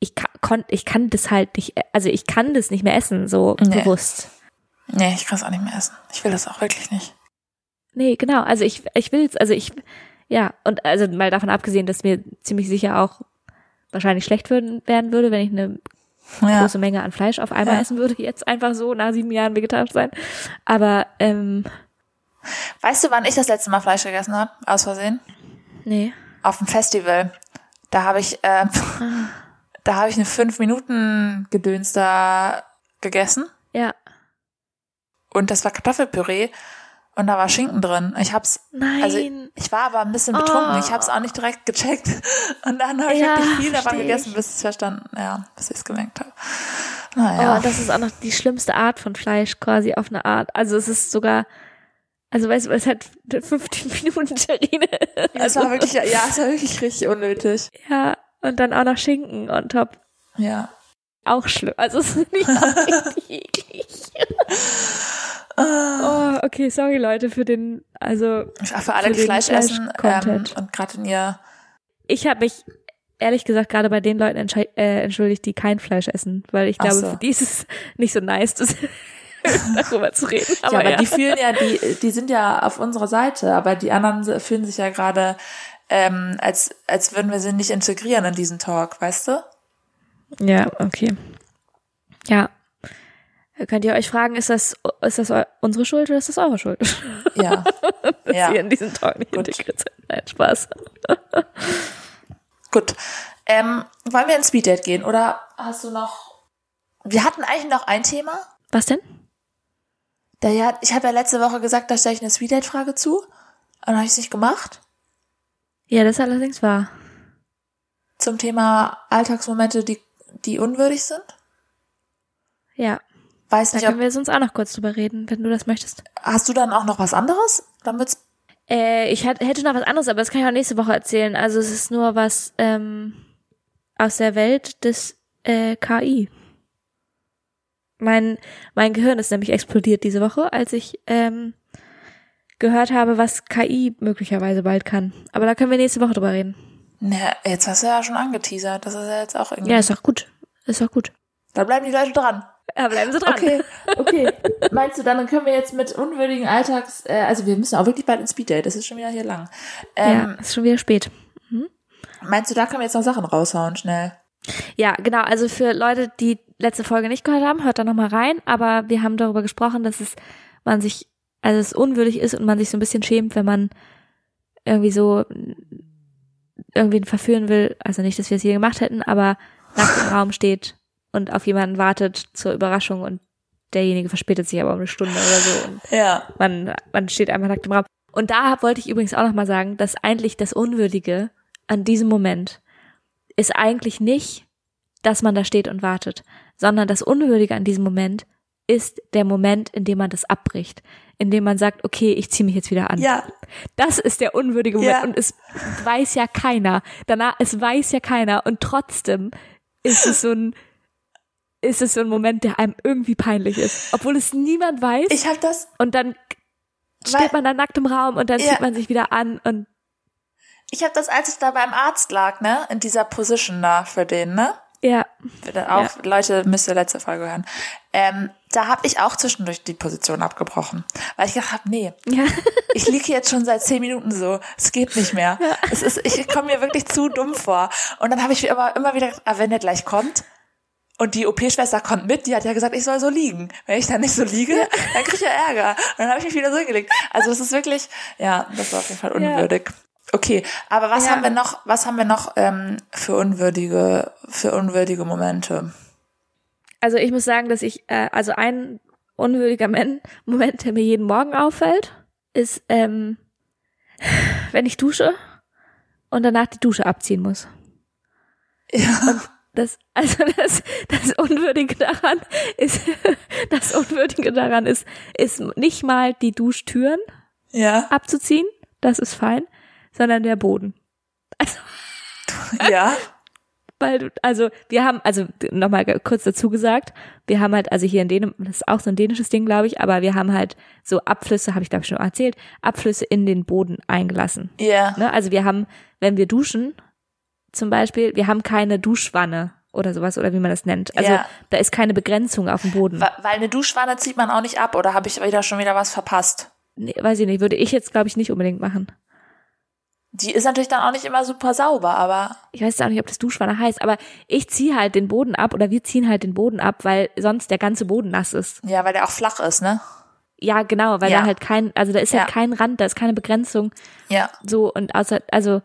ich kann, konnt, ich kann das halt nicht, also ich kann das nicht mehr essen, so
Nee.
bewusst.
Nee, ich kann es auch nicht mehr essen. Ich will das auch wirklich nicht.
Nee, genau, also ich, ich will's, also ich, ja, und also mal davon abgesehen, dass mir ziemlich sicher auch wahrscheinlich schlecht würden, werden würde, wenn ich eine
Ja.
große Menge an Fleisch auf einmal
Ja.
essen würde, jetzt einfach so nach sieben Jahren vegetarisch sein. Aber, ähm,
Weißt du, wann ich das letzte Mal Fleisch gegessen habe? Aus Versehen?
nee.
Auf dem Festival. Da habe ich, ähm, da habe ich eine fünf Minuten Gedöns da gegessen
Ja,
und das war Kartoffelpüree und da war Schinken drin. Ich hab's,
Nein.
also ich war aber ein bisschen betrunken.
Oh.
Ich hab's auch nicht direkt gecheckt und dann habe ich
Ja,
wirklich viel davon
versteh
gegessen,
ich.
bis ich's verstanden, ja, bis ich's gemerkt habe.
oh,
Naja,
und das ist auch noch die schlimmste Art von Fleisch quasi auf eine Art. Also es ist sogar, also weißt du, es hat 15 Minuten Terrine. Also,
das war wirklich, ja, es war wirklich richtig unnötig.
Ja, und dann auch noch Schinken on top.
Ja.
Auch schlimm. Also es ist nicht auch richtig eklig.
Ah.
Oh, okay, sorry Leute für den, also
Für alle,
Für
die
den
Fleisch essen ähm,
Fleisch-Content.
und gerade in ihr
ich habe mich ehrlich gesagt gerade bei den Leuten entschei- äh, entschuldigt, die kein Fleisch essen, weil ich
Ach
glaube,
so.
für die ist es nicht so nice, das darüber zu reden. Aber
ja, aber
ja.
die fühlen ja, die, die sind ja auf unserer Seite, aber die anderen se- fühlen sich ja gerade, ähm, als, als würden wir sie nicht integrieren in diesen Talk, weißt du?
Ja, okay. Ja. Könnt ihr euch fragen, ist das, ist das eu- unsere Schuld oder ist das eure Schuld,
Ja.
dass
ja.
ihr in diesen Talk nicht
Gut.
integriert seid? Nein, Spaß.
Gut. Ähm, wollen wir ins Speeddate gehen oder hast du noch, wir hatten eigentlich noch ein Thema.
Was denn?
Da ja, ich habe ja letzte Woche gesagt, da stelle ich eine Speeddate-Frage zu. Und dann habe ich es nicht gemacht.
Ja, das ist allerdings wahr.
Zum Thema Alltagsmomente, die, die unwürdig sind.
Ja,
Weiß
da
nicht,
können
ob,
wir sonst auch noch kurz drüber reden, wenn du das möchtest.
hast du dann auch noch was anderes? Dann wird's,
Äh, ich hat- hätte noch was anderes, aber das kann ich auch nächste Woche erzählen. Also es ist nur was ähm, aus der Welt des äh, KI. Mein, mein Gehirn ist nämlich explodiert diese Woche, als ich ähm, gehört habe, was KI möglicherweise bald kann. Aber da können wir nächste Woche drüber reden.
Ne, jetzt hast du ja schon angeteasert. Das ist ja jetzt auch irgendwie.
Ja, ist doch gut. Ist doch gut.
Da bleiben die Leute dran.
Ja, bleiben Sie dran.
Okay, okay. Meinst du, dann können wir jetzt mit unwürdigen Alltags, äh, also wir müssen auch wirklich bald ins Speeddate, das ist schon wieder hier lang.
Ja,
Ähm,
ist schon wieder spät.
Meinst du, da können wir jetzt noch Sachen raushauen, schnell?
Ja, genau. Also für Leute, die letzte Folge nicht gehört haben, hört da nochmal rein. Aber wir haben darüber gesprochen, dass es man sich, also es unwürdig ist und man sich so ein bisschen schämt, wenn man irgendwie so irgendwen verführen will. Also nicht, dass wir es hier gemacht hätten, aber nackt im Raum steht und auf jemanden wartet zur Überraschung und derjenige verspätet sich aber um eine Stunde oder so. Und
Ja.
man, man steht einfach nackt im Raum. Und da wollte ich übrigens auch nochmal sagen, dass eigentlich das Unwürdige an diesem Moment ist eigentlich nicht, dass man da steht und wartet, sondern das Unwürdige an diesem Moment ist der Moment, in dem man das abbricht, in dem man sagt, okay, ich ziehe mich jetzt wieder an.
Ja.
Das ist der unwürdige Moment
Ja.
und es weiß ja keiner. Danach, es weiß ja keiner und trotzdem ist es so ein, ist es so ein Moment, der einem irgendwie peinlich ist, obwohl es niemand weiß.
Ich habe das,
Und dann
Weil-
steht man da nackt im Raum und dann
Ja.
zieht man sich wieder an und
ich habe das, als ich da beim Arzt lag, ne, in dieser Position da für den, ne?
ja,
Bitte auch, Leute, müsst ihr letzte Folge hören. Ähm, da habe ich auch zwischendurch die Position abgebrochen, weil ich gedacht habe, nee,
ja,
ich liege jetzt schon seit zehn Minuten so, es geht nicht mehr. Es ist, ich komme mir wirklich zu dumm vor. Und dann habe ich aber immer wieder gedacht, ah, wenn der gleich kommt und die OP-Schwester kommt mit, die hat ja gesagt, ich soll so liegen. Wenn ich dann nicht so liege, dann kriege ich ja Ärger. Und dann habe ich mich wieder so hingelegt. Also es ist wirklich, ja, das war auf jeden Fall unwürdig. Okay, aber was
Ja.
haben wir noch? Was haben wir noch ähm, für unwürdige, für unwürdige Momente?
Also ich muss sagen, dass ich, äh, also ein unwürdiger Men Moment, der mir jeden Morgen auffällt, ist, ähm, wenn ich dusche und danach die Dusche abziehen muss.
Ja,
Das, also das, das Unwürdige daran ist, das Unwürdige daran ist, ist nicht mal die Duschtüren
ja,
abzuziehen, das ist fein, sondern der Boden.
ja.
weil du- also wir haben also nochmal kurz dazu gesagt, wir haben halt also hier in Dänemark, das ist auch so ein dänisches Ding, glaube ich, aber wir haben halt so Abflüsse, habe ich glaube ich schon erzählt, Abflüsse in den Boden eingelassen.
Ja,
Ne? Also wir haben, wenn wir duschen, zum Beispiel, wir haben keine Duschwanne oder sowas oder wie man das nennt. Also
Ja.
da ist keine Begrenzung auf dem Boden.
Wa- weil eine Duschwanne zieht man auch nicht ab oder habe ich wieder schon wieder was verpasst?
Nee, weiß ich nicht, würde ich jetzt glaube ich nicht unbedingt machen.
Die ist natürlich dann auch nicht immer super sauber, aber
ich weiß auch nicht, ob das Duschwanne heißt, aber ich ziehe halt den Boden ab oder wir ziehen halt den Boden ab, weil sonst der ganze Boden nass ist.
ja, weil der auch flach ist, ne?
Ja, genau, weil
Ja.
da halt kein, also da ist halt
Ja.
kein Rand, da ist keine Begrenzung.
Ja,
So und außer, also,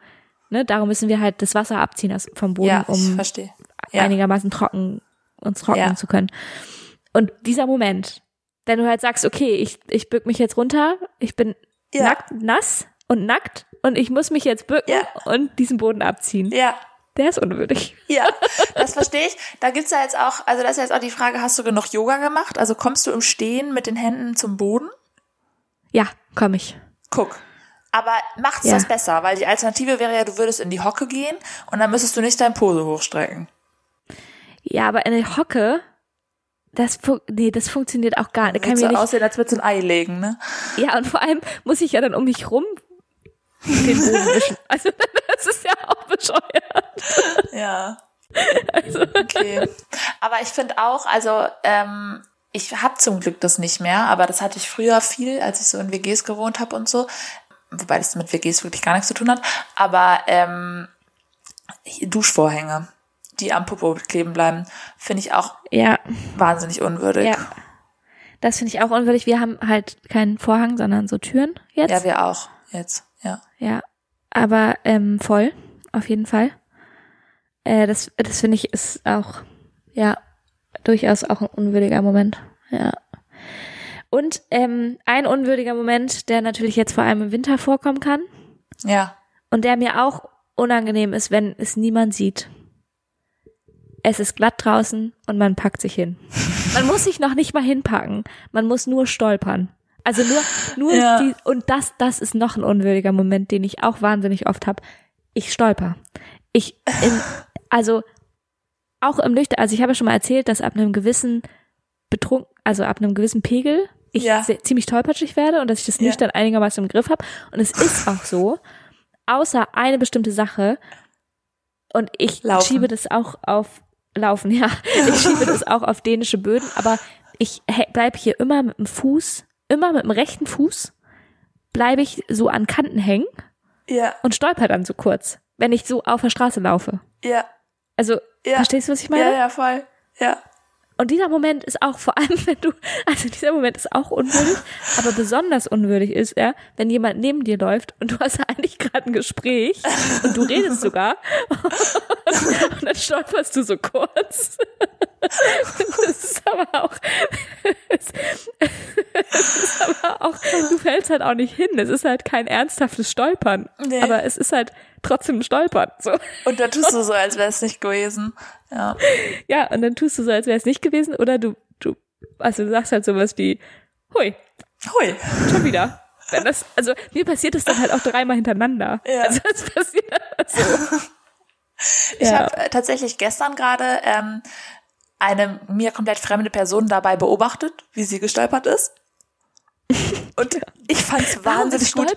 ne, darum müssen wir halt das Wasser abziehen aus, vom Boden,
ja, ich
um
verstehe. Ja.
einigermaßen trocken, uns trocknen
Ja.
zu können. Und dieser Moment, wenn du halt sagst, okay, ich, ich bück mich jetzt runter, ich bin
Ja.
nackt, nass und nackt und ich muss mich jetzt bücken
Ja.
und diesen Boden abziehen.
Ja,
Der ist unwürdig.
ja, das verstehe ich. Da gibt's ja jetzt auch, also das ist jetzt auch die Frage, hast du genug Yoga gemacht? Also kommst du im Stehen mit den Händen zum Boden?
Ja, komm ich.
Guck. Aber macht's
Ja.
das besser, weil die Alternative wäre ja, du würdest in die Hocke gehen und dann müsstest du nicht dein Pose hochstrecken.
Ja, aber eine Hocke, das, fu- nee, das funktioniert auch gar nicht. Kann
Wird so
mir nicht
aussehen, als würdest du ein Ei legen, ne?
ja, und vor allem muss ich ja dann um mich rum den Boden wischen. Also das ist ja auch bescheuert.
Ja.
Also,
Okay. Aber ich finde auch, also ähm, ich habe zum Glück das nicht mehr, aber das hatte ich früher viel, als ich so in WGs gewohnt habe und so. Wobei das mit WGs wirklich gar nichts zu tun hat. Aber ähm, Duschvorhänge, die am Popo kleben bleiben, finde ich auch
Ja,
wahnsinnig unwürdig.
ja. Das finde ich auch unwürdig. Wir haben halt keinen Vorhang, sondern so Türen jetzt.
ja wir auch jetzt. Ja.
Ja, aber ähm, voll, auf jeden Fall. Äh, das das finde ich ist auch, ja, durchaus auch ein unwürdiger Moment. Ja. Und ähm, ein unwürdiger Moment, der natürlich jetzt vor allem im Winter vorkommen kann
Ja.
und der mir auch unangenehm ist, wenn es niemand sieht. Es ist glatt draußen und man packt sich hin. Man muss sich noch nicht mal hinpacken. Man muss nur stolpern. Also nur, nur
Ja.
die, und das, das ist noch ein unwürdiger Moment, den ich auch wahnsinnig oft habe. Ich stolper. Ich, in, also auch im Nüchter, also ich habe ja schon mal erzählt, dass ab einem gewissen betrunken, also ab einem gewissen Pegel ich
Ja.
sehr, ziemlich tollpatschig werde und dass ich das
Ja.
nüchtern einigermaßen im Griff habe. Und es ist auch so, außer eine bestimmte Sache. Und ich
Laufen.
schiebe das auch auf Laufen, ja. Ich schiebe das auch auf dänische Böden, aber ich hä- bleib hier immer mit dem Fuß, immer mit dem rechten Fuß, bleibe ich so an Kanten hängen
Ja,
und stolper dann so kurz, wenn ich so auf der Straße laufe.
ja,
Also,
ja.
verstehst du, was ich meine?
Ja, ja, voll. Ja.
Und dieser Moment ist auch vor allem, wenn du, also dieser Moment ist auch unwürdig, aber besonders unwürdig ist er, wenn jemand neben dir läuft und du hast eigentlich gerade ein Gespräch und du redest sogar und dann stolperst du so kurz. Das ist aber auch, das ist aber auch, du fällst halt auch nicht hin. Es ist halt kein ernsthaftes Stolpern,
Nee.
aber es ist halt trotzdem ein Stolpern. So.
Und da tust du so, als wäre es nicht gewesen. Ja.
Ja, und dann tust du so, als wäre es nicht gewesen, oder du, du, also du sagst halt sowas wie, hui,
Hui.
schon wieder. Wenn das, also mir passiert das dann halt auch dreimal hintereinander.
Ja.
Also das passiert so.
Ich
Ja.
habe äh, tatsächlich gestern gerade ähm, eine mir komplett fremde Person dabei beobachtet, wie sie gestolpert ist. Und ich fand's wahnsinnig gut.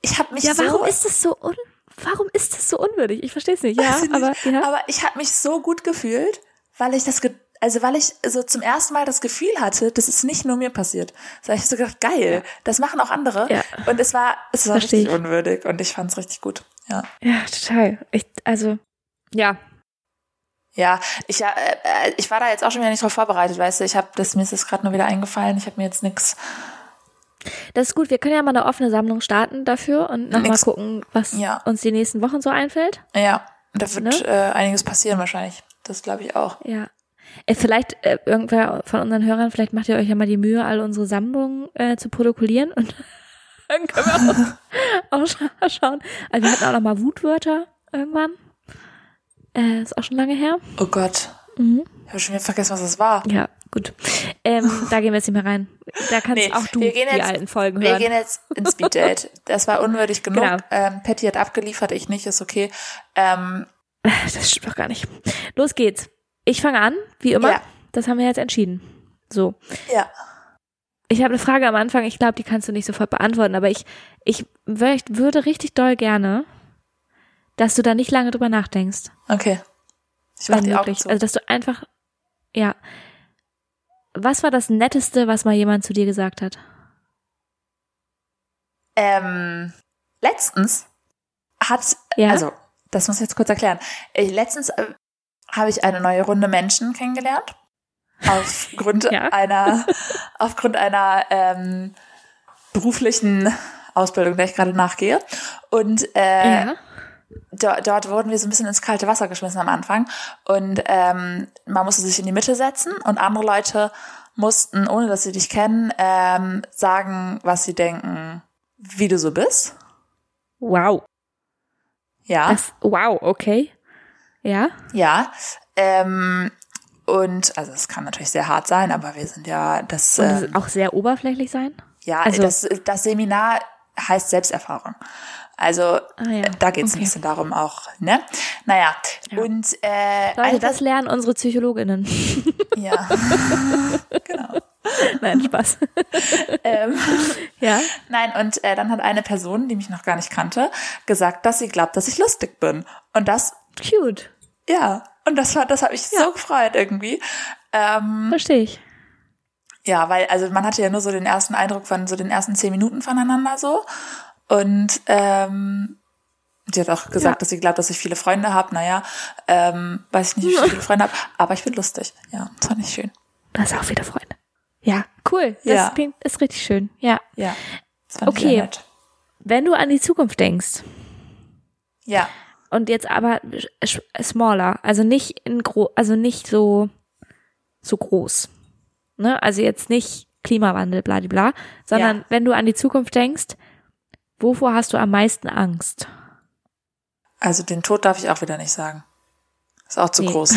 Ich habe mich
Ja,
so
warum ist das so un, warum ist das so unwürdig? Ich verstehe es nicht. Ja,
Weiß ich nicht.
aber, ja.
aber ich habe mich so gut gefühlt, weil ich das, ge also weil ich so zum ersten Mal das Gefühl hatte, das ist nicht nur mir passiert. So hab ich so gedacht, geil, das machen auch andere.
Ja.
Und es war, es war
Versteh
richtig
ich.
unwürdig und ich fand's richtig gut. Ja.
ja, total. Ich, also, ja.
Ja, ich, äh, äh, ich war da jetzt auch schon wieder nicht drauf vorbereitet, weißt du. Ich habe das mir ist das gerade nur wieder eingefallen. Ich habe mir jetzt nix.
Das ist gut. Wir können ja mal eine offene Sammlung starten dafür und nochmal
Nix.
gucken, was
Ja.
uns die nächsten Wochen so einfällt.
Ja, da wird
Ne?
äh, einiges passieren wahrscheinlich. Das glaube ich auch.
Ja. Äh, Vielleicht äh, irgendwer von unseren Hörern, vielleicht macht ihr euch ja mal die Mühe, all unsere Sammlungen äh, zu protokollieren und dann können wir auch, auch scha schauen. Also wir hatten auch noch mal Wutwörter irgendwann. Äh, ist auch schon lange her.
Oh Gott,
Mhm.
ich habe schon wieder vergessen, was das war.
Ja, gut. Ähm, da gehen wir jetzt nicht mehr rein. Da kannst
Nee,
auch du
wir gehen
die
jetzt-
alten Folgen
Wir
hören.
gehen jetzt ins Speeddate. Das war unwürdig genug.
Genau.
Ähm, Patty hat abgeliefert, ich nicht, ist okay. Ähm,
Das stimmt doch gar nicht. Los geht's. Ich fange an, wie immer.
Ja.
Das haben wir jetzt entschieden. So.
ja,
Ich habe eine Frage am Anfang, ich glaube, die kannst du nicht sofort beantworten, aber ich, ich möcht, würde richtig doll gerne, dass du da nicht lange drüber nachdenkst.
okay. Ich mach
wenn
die Augen
möglich.
zu.
Also, dass du einfach, ja. Was war das Netteste, was mal jemand zu dir gesagt hat?
Ähm, letztens hat
Ja.
Also, das muss ich jetzt kurz erklären. Ich, letztens äh, habe ich eine neue Runde Menschen kennengelernt. Aufgrund
Ja.
einer, aufgrund einer ähm, beruflichen Ausbildung, der ich gerade nachgehe. Und äh,
ja.
do, dort wurden wir so ein bisschen ins kalte Wasser geschmissen am Anfang. Und ähm, man musste sich in die Mitte setzen und andere Leute mussten, ohne dass sie dich kennen, ähm, sagen, was sie denken, wie du so bist.
Wow.
Ja.
Das, wow, okay. Ja.
Ja, ähm, und also es kann natürlich sehr hart sein, aber wir sind ja das,
Und das
ähm,
auch sehr oberflächlich sein?
ja
also-
das, das Seminar heißt Selbsterfahrung. Also
Ah, ja.
äh, da geht es ein
Okay.
bisschen darum auch, ne? Naja,
Ja.
und äh,
Leute,
eine
das
Pers-
lernen unsere PsychologInnen.
ja, Genau.
Nein, Spaß.
ähm,
ja.
nein, und äh, dann hat eine Person, die mich noch gar nicht kannte, gesagt, dass sie glaubt, dass ich lustig bin. Und das,
Cute.
ja, und das war, das hat mich so gefreut irgendwie. Ähm,
Verstehe ich.
Ja, weil also man hatte ja nur so den ersten Eindruck von so den ersten zehn Minuten voneinander so. Und ähm, die hat auch gesagt,
Ja.
dass sie glaubt, dass ich viele Freunde habe. Naja, ähm, weiß ich nicht, wie ich viele Freunde habe, aber ich bin lustig. Ja, das fand ich schön.
Das ist auch wieder Freunde. Ja, cool. Das
Ja.
klingt, ist richtig schön. Ja.
Ja, das fand ich
Okay.
sehr nett.
Wenn du an die Zukunft denkst
Ja,
und jetzt aber sch- smaller, also nicht in gro also nicht so so groß. Ne? Also jetzt nicht Klimawandel, bla bla, bla sondern
Ja.
wenn du an die Zukunft denkst, wovor hast du am meisten Angst?
also den Tod darf ich auch wieder nicht sagen. Ist auch zu
Nee.
groß.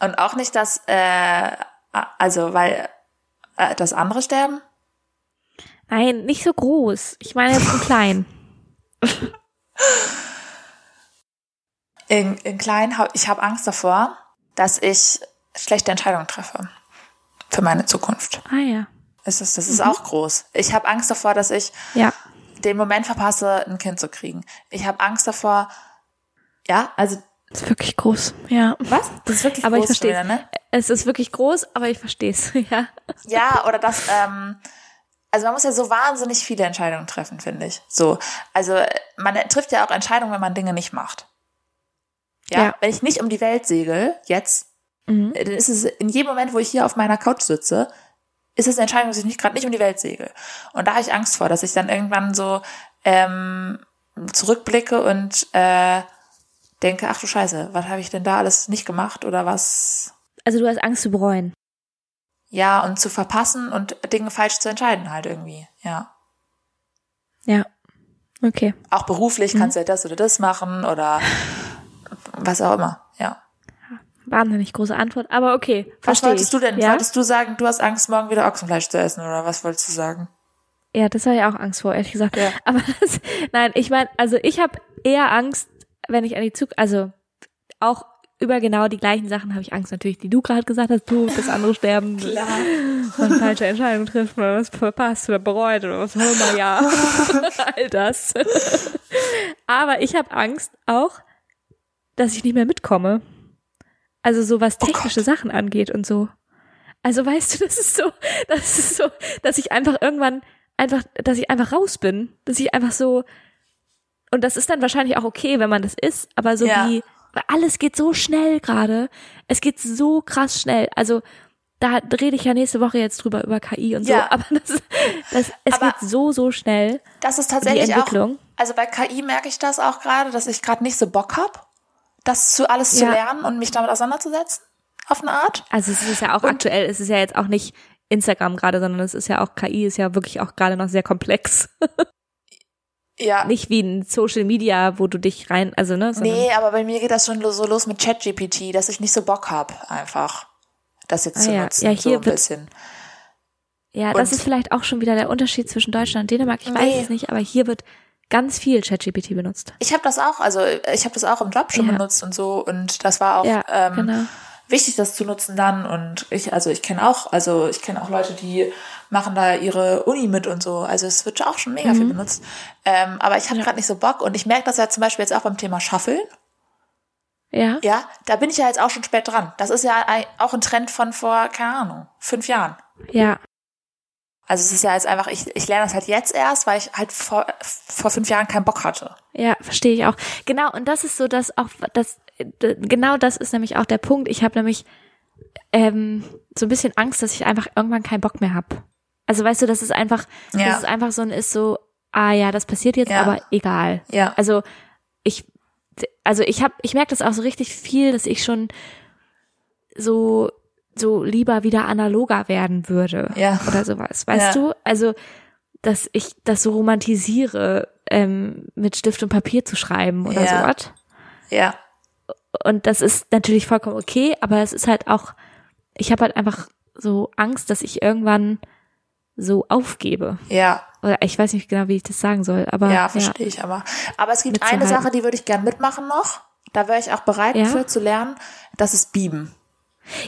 Und auch nicht, dass, äh, also weil äh, das andere sterben?
Nein, nicht so groß. Ich meine jetzt im kleinen.
In, in klein, hab- ich habe Angst davor, dass ich schlechte Entscheidungen treffe für meine Zukunft.
Ah ja.
Ist das, das ist auch groß. Ich habe Angst davor, dass ich
Ja.
den Moment verpasse, ein Kind zu kriegen. Ich habe Angst davor, ja, also
Ist wirklich groß. Ja.
was? Das ist wirklich
Aber ich
groß schon
verstehe
wieder, ne?
es. ist wirklich groß, aber ich verstehe es. Ja.
Ja, oder das, ähm, also man muss ja so wahnsinnig viele Entscheidungen treffen, finde ich. So, also äh, man trifft ja auch Entscheidungen, wenn man Dinge nicht macht. Ja,
Ja.
wenn ich nicht um die Welt segel, jetzt,
Mhm.
äh, dann ist es in jedem Moment, wo ich hier auf meiner Couch sitze, ist es eine Entscheidung, dass ich nicht gerade nicht um die Welt segel. Und da habe ich Angst vor, dass ich dann irgendwann so ähm, zurückblicke und äh, denke, ach du Scheiße, was habe ich denn da alles nicht gemacht oder was
Also du hast Angst zu bereuen.
ja, und zu verpassen und Dinge falsch zu entscheiden halt irgendwie, ja.
Ja. Okay.
Auch beruflich kannst du ja das oder das machen oder was auch immer, ja.
Wahnsinnig große Antwort, aber okay.
Was
Verstehe ich.
wolltest du denn?
Ja?
Wolltest du sagen, du hast Angst, morgen wieder Ochsenfleisch zu essen oder was wolltest du sagen?
Ja, das habe ich auch Angst vor, ehrlich gesagt.
Ja.
Aber das, nein, ich meine, also ich habe eher Angst, wenn ich an die Zukunft, also auch über genau die gleichen Sachen habe ich Angst natürlich, die du gerade gesagt hast, du, das andere sterben und falsche Entscheidungen trifft oder was verpasst oder bereut oder was auch immer, ja. All das. Aber ich habe Angst auch, dass ich nicht mehr mitkomme. Also so was technische Sachen angeht und so. Also weißt du, das ist so, das ist so, dass ich einfach irgendwann einfach, dass ich einfach raus bin, dass ich einfach so und das ist dann wahrscheinlich auch okay, wenn man das ist, aber so
Ja.
wie weil alles geht so schnell gerade. Es geht so krass schnell. Also da rede ich ja nächste Woche jetzt drüber über KI und so,
Ja.
aber das, das es
Aber-
geht so so schnell
Das ist
die
tatsächlich auch,
Entwicklung.
also bei KI merke ich das auch gerade, dass ich gerade nicht so Bock hab das zu alles zu
Ja.
lernen und mich damit auseinanderzusetzen, auf eine Art.
Also es ist ja auch aktuell, es ist ja jetzt auch nicht Instagram gerade, sondern es ist ja auch KI ist ja wirklich auch gerade noch sehr komplex.
Ja.
Nicht wie ein Social Media, wo du dich rein, also ne, sondern
Nee, aber bei mir geht das schon lo- so los mit ChatGPT, dass ich nicht so Bock hab, einfach das jetzt
Ah
zu
ja.
nutzen.
Ja,
so
hier
ein
wird-
bisschen.
Ja, das
Und-
ist vielleicht auch schon wieder der Unterschied zwischen Deutschland und Dänemark. Ich weiß
Nee.
es nicht, aber hier wird ganz viel ChatGPT benutzt.
Ich habe das auch, also ich habe das auch im Job schon
Ja.
benutzt und so und das war auch
ja,
ähm,
genau.
wichtig, das zu nutzen dann und ich, also ich kenne auch, also ich kenne auch Leute, die machen da ihre Uni mit und so, also es wird auch schon mega viel benutzt, ähm, aber ich habe gerade nicht so Bock und ich merke das ja zum Beispiel jetzt auch beim Thema Shuffeln,
Ja,
ja, da bin ich ja jetzt auch schon spät dran, das ist ja ein, auch ein Trend von vor, keine Ahnung, fünf Jahren.
ja,
Also es ist ja jetzt einfach, ich, ich lerne das halt jetzt erst, weil ich halt vor, vor fünf Jahren keinen Bock hatte.
ja, verstehe ich auch. Genau, und das ist so, dass auch das d- genau das ist nämlich auch der Punkt. Ich habe nämlich ähm, so ein bisschen Angst, dass ich einfach irgendwann keinen Bock mehr hab. Also weißt du, dass es einfach,
Ja.
dass es einfach so ein ist so, ah ja, das passiert jetzt,
Ja.
aber egal.
Ja.
Also ich, also ich habe, ich merke das auch so richtig viel, dass ich schon so so lieber wieder analoger werden würde
Ja.
oder sowas, weißt
Ja.
du? Also dass ich das so romantisiere, ähm, mit Stift und Papier zu schreiben oder
Ja.
sowas.
Ja.
Und das ist natürlich vollkommen okay, aber es ist halt auch, ich habe halt einfach so Angst, dass ich irgendwann so aufgebe.
Ja,
Oder ich weiß nicht genau, wie ich das sagen soll, aber
ja, verstehe ich aber. Aber es gibt eine
Mitzuhalten.
Sache, die würde ich gern mitmachen noch. Da wäre ich auch bereit
Ja?
für zu lernen. Das ist Bieben.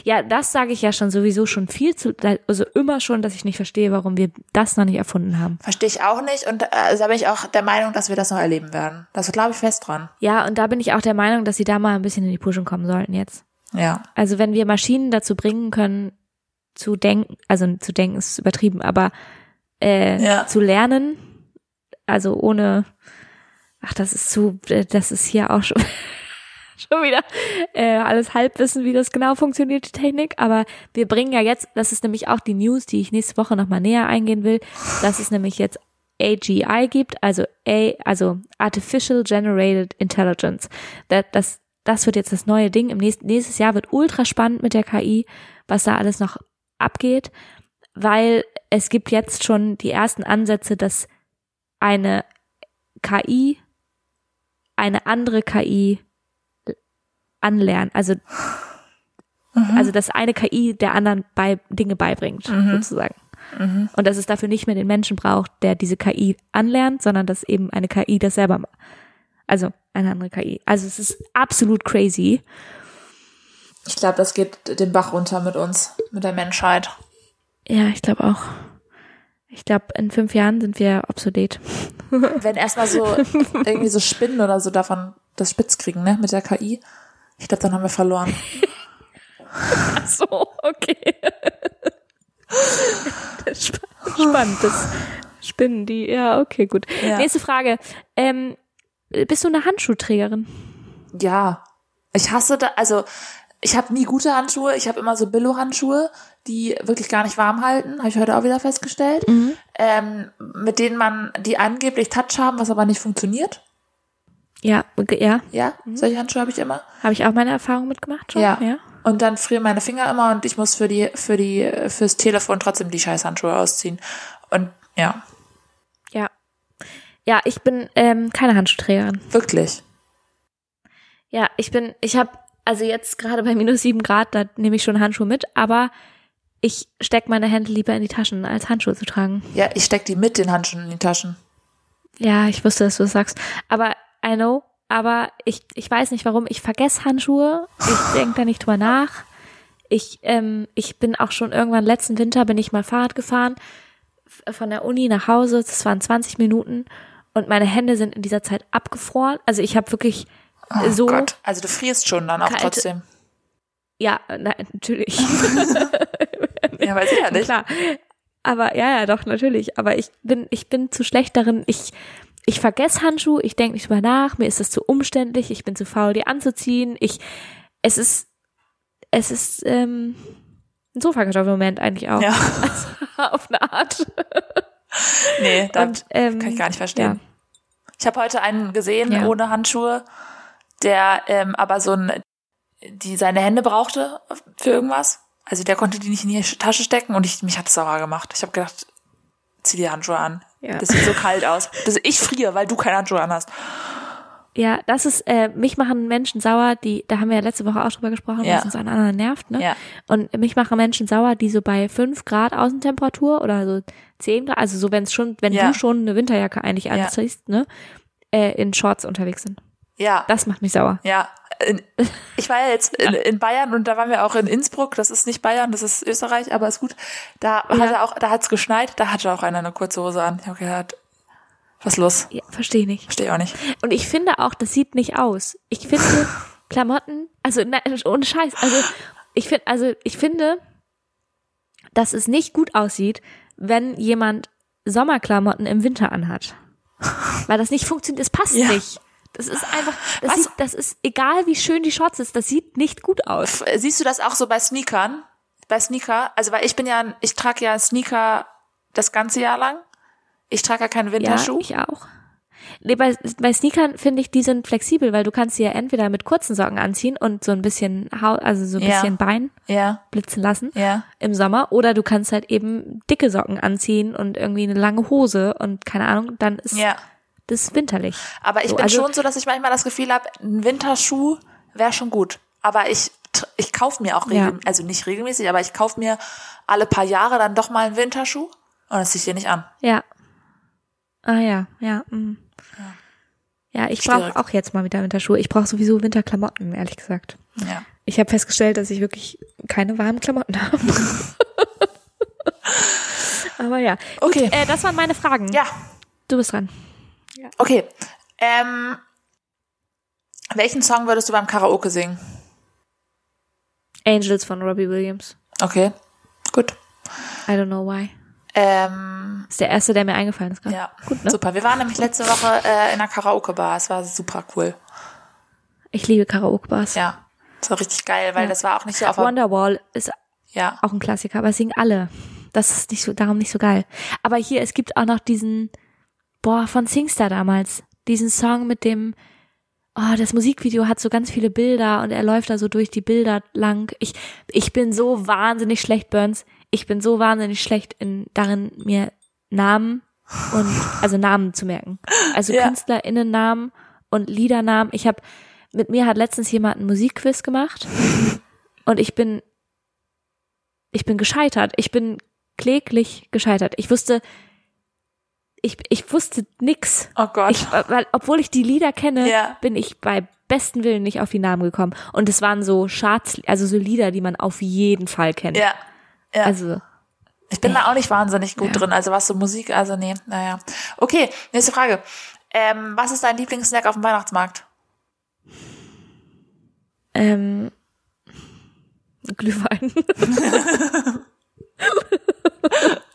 Ja, das sage ich ja schon sowieso schon viel zu, also immer schon, dass ich nicht verstehe, warum wir das noch nicht erfunden haben.
Verstehe ich auch nicht. Und äh, also da bin ich auch der Meinung, dass wir das noch erleben werden. Das glaube ich fest dran.
Ja, und da bin ich auch der Meinung, dass sie da mal ein bisschen in die Puschen kommen sollten jetzt.
Ja.
Also wenn wir Maschinen dazu bringen können, zu denken, also zu denken ist übertrieben, aber äh,
Ja.
zu lernen, also ohne, ach, das ist zu, äh, das ist hier auch schon, schon wieder äh, alles Halbwissen, wie das genau funktioniert, die Technik, aber wir bringen ja jetzt, das ist nämlich auch die News, die ich nächste Woche nochmal näher eingehen will, dass es nämlich jetzt AGI gibt, also A, also Artificial Generated Intelligence. Das, das, das wird jetzt das neue Ding. Im nächsten, nächstes Jahr wird ultra spannend mit der KI, was da alles noch abgeht, weil es gibt jetzt schon die ersten Ansätze, dass eine KI eine andere KI anlernt, also also dass eine KI der anderen bei, Dinge beibringt, sozusagen. Und dass es dafür nicht mehr den Menschen braucht, der diese KI anlernt, sondern dass eben eine KI das selber macht. Also eine andere KI. Also es ist absolut crazy.
Ich glaube, das geht den Bach runter mit uns, mit der Menschheit.
Ja, ich glaube auch. Ich glaube, in fünf Jahren sind wir obsolet.
Wenn erstmal so irgendwie so Spinnen oder so davon das Spitz kriegen, ne, mit der KI. Ich glaube, dann haben wir verloren.
Ach so, okay. Sp Spannend, das Spinnen, die, ja, okay, gut.
Ja.
Nächste Frage. Ähm, bist du eine Handschuhträgerin?
Ja. Ich hasse da, also ich habe nie gute Handschuhe. Ich habe immer so Billo-Handschuhe, die wirklich gar nicht warm halten. Habe ich heute auch wieder festgestellt.
Mhm.
Ähm, mit denen man, die angeblich Touch haben, was aber nicht funktioniert.
Ja, okay, ja.
Ja, solche Handschuhe habe ich immer.
Habe ich auch meine Erfahrung mitgemacht Mhm. schon?
Ja. Und dann frieren meine Finger immer und ich muss für die, für die, fürs Telefon trotzdem die scheiß Handschuhe ausziehen. Und ja,
Ja, ja ich bin ähm, keine Handschuhträgerin.
wirklich.
Ja, ich bin, ich habe, also jetzt gerade bei minus sieben Grad, da nehme ich schon Handschuhe mit, aber ich steck meine Hände lieber in die Taschen, als Handschuhe zu tragen.
Ja, ich steck die mit den Handschuhen in die Taschen.
Ja, ich wusste, dass du das sagst. Aber I know, aber ich, ich weiß nicht warum. Ich vergesse Handschuhe. Ich denk da nicht drüber nach. Ich, ähm, ich bin auch schon irgendwann letzten Winter bin ich mal Fahrrad gefahren f- von der Uni nach Hause. Das waren 20 Minuten und meine Hände sind in dieser Zeit abgefroren. Also ich habe wirklich
Oh
so
Gott. Also du frierst schon dann auch
Kalte-
trotzdem.
ja na, natürlich
Ja, weiß ich ja nicht.
klar. Aber ja ja doch natürlich. Aber ich bin ich bin zu schlecht darin. Ich ich vergesse Handschuhe, ich denke nicht drüber nach, mir ist das zu umständlich, ich bin zu faul, die anzuziehen. Ich, es ist, es ist ähm, ein Sofakartoffel-Moment eigentlich auch. Also,
Ja.
Auf eine Art.
Nee, da
Und, ähm,
kann ich gar nicht verstehen. Ich habe heute einen gesehen
Ja.
ohne Handschuhe, der ähm, aber so ein, die seine Hände brauchte für irgendwas. Also der konnte die nicht in die Tasche stecken und ich, mich hat sauer gemacht. Ich habe gedacht, zieh die Handschuhe an.
Ja.
Das sieht so kalt aus. Das, ich friere, weil du keine Handschuhe an hast.
Ja, ja das ist, äh, mich machen Menschen sauer, die, da haben wir ja letzte Woche auch drüber gesprochen,
Ja.
was uns an anderen nervt, ne?
Ja.
Und mich machen Menschen sauer, die so bei 5 Grad Außentemperatur oder so 10 Grad, also so wenn es schon, wenn
Ja.
du schon eine Winterjacke eigentlich
Ja.
anziehst, ne? Äh, in Shorts unterwegs sind.
Ja.
Das macht mich sauer.
Ja, in, ich war ja jetzt in, in Bayern und da waren wir auch in Innsbruck. Das ist nicht Bayern, das ist Österreich, aber ist gut. Da hatte auch, da hat's geschneit, da hatte auch einer eine kurze Hose an. Ich habe gedacht, was los?
Ja, verstehe nicht.
Verstehe auch nicht.
Und ich finde auch, das sieht nicht aus. Ich finde Klamotten, also nein, ohne Scheiß, also ich finde, also ich finde, dass es nicht gut aussieht, wenn jemand Sommerklamotten im Winter anhat. Weil das nicht funktioniert, es passt
Ja.
nicht. Das ist einfach, das,
Was?
sieht, das ist egal, wie schön die Shorts ist, das sieht nicht gut aus.
F- Siehst du das auch so bei Sneakern? Bei Sneaker? Also, weil ich bin ja, ich trage ja Sneaker das ganze Jahr lang. Ich trage ja keinen
Ja,
Winterschuh.
ich auch. Nee, bei, bei Sneakern finde ich, die sind flexibel, weil du kannst sie ja entweder mit kurzen Socken anziehen und so ein bisschen, Hau- also so ein
Ja.
bisschen Bein
ja,
blitzen lassen.
ja.
im Sommer oder du kannst halt eben dicke Socken anziehen und irgendwie eine lange Hose und keine Ahnung, dann ist
Ja.
das winterlich.
Aber ich
So,
bin
also-
schon so, dass ich manchmal das Gefühl habe, ein Winterschuh wäre schon gut. Aber ich, tr- ich kaufe mir auch regelmäßig, also nicht regelmäßig, aber ich kaufe mir alle paar Jahre dann doch mal einen Winterschuh und das ziehe ich dir nicht an.
Ja. Ah ja, ja. mm. Ja, ich brauche
Schwierig.
auch jetzt mal wieder Winterschuhe. Ich brauche sowieso Winterklamotten, ehrlich gesagt.
Ja.
Ich habe festgestellt, dass ich wirklich keine warmen Klamotten habe. Aber ja.
Okay.
Gut, äh, das waren meine Fragen.
Ja,
Du bist dran.
okay. Ähm, welchen Song würdest du beim Karaoke singen?
Angels von Robbie Williams.
Okay, gut.
I don't know why.
Ähm,
Ist der erste, der mir eingefallen ist gerade.
ja,
Gut, ne?
super. Wir waren nämlich letzte Woche äh, in einer Karaoke-Bar. Es war super cool.
Ich liebe Karaoke-Bars.
Ja, es war richtig geil, weil das war auch nicht so auf der-
Wonderwall ist
Ja,
auch ein Klassiker, aber es singen alle. Das ist nicht so, darum nicht so geil. Aber hier, es gibt auch noch diesen, boah, von Singstar damals, diesen Song mit dem, oh, das Musikvideo hat so ganz viele Bilder und er läuft da so durch die Bilder lang. Ich, ich bin so wahnsinnig schlecht, Burns. Ich bin so wahnsinnig schlecht in, darin, mir Namen und, also Namen zu merken. Also
Ja.
KünstlerInnennamen und Liedernamen. Ich habe mit mir hat letztens jemand ein Musikquiz gemacht und ich bin ich bin gescheitert. Ich bin kläglich gescheitert. Ich wusste, ich, ich wusste nix.
oh Gott.
Ich, weil, obwohl ich die Lieder kenne,
Ja.
bin ich bei besten Willen nicht auf die Namen gekommen. Und es waren so Charts, also so Lieder, die man auf jeden Fall kennt.
Ja. ja.
Also,
ich bin da auch nicht wahnsinnig gut drin. Also was so Musik, also nee, naja. Okay, nächste Frage. Ähm, was ist dein Lieblingssnack auf dem Weihnachtsmarkt?
ähm, Glühwein.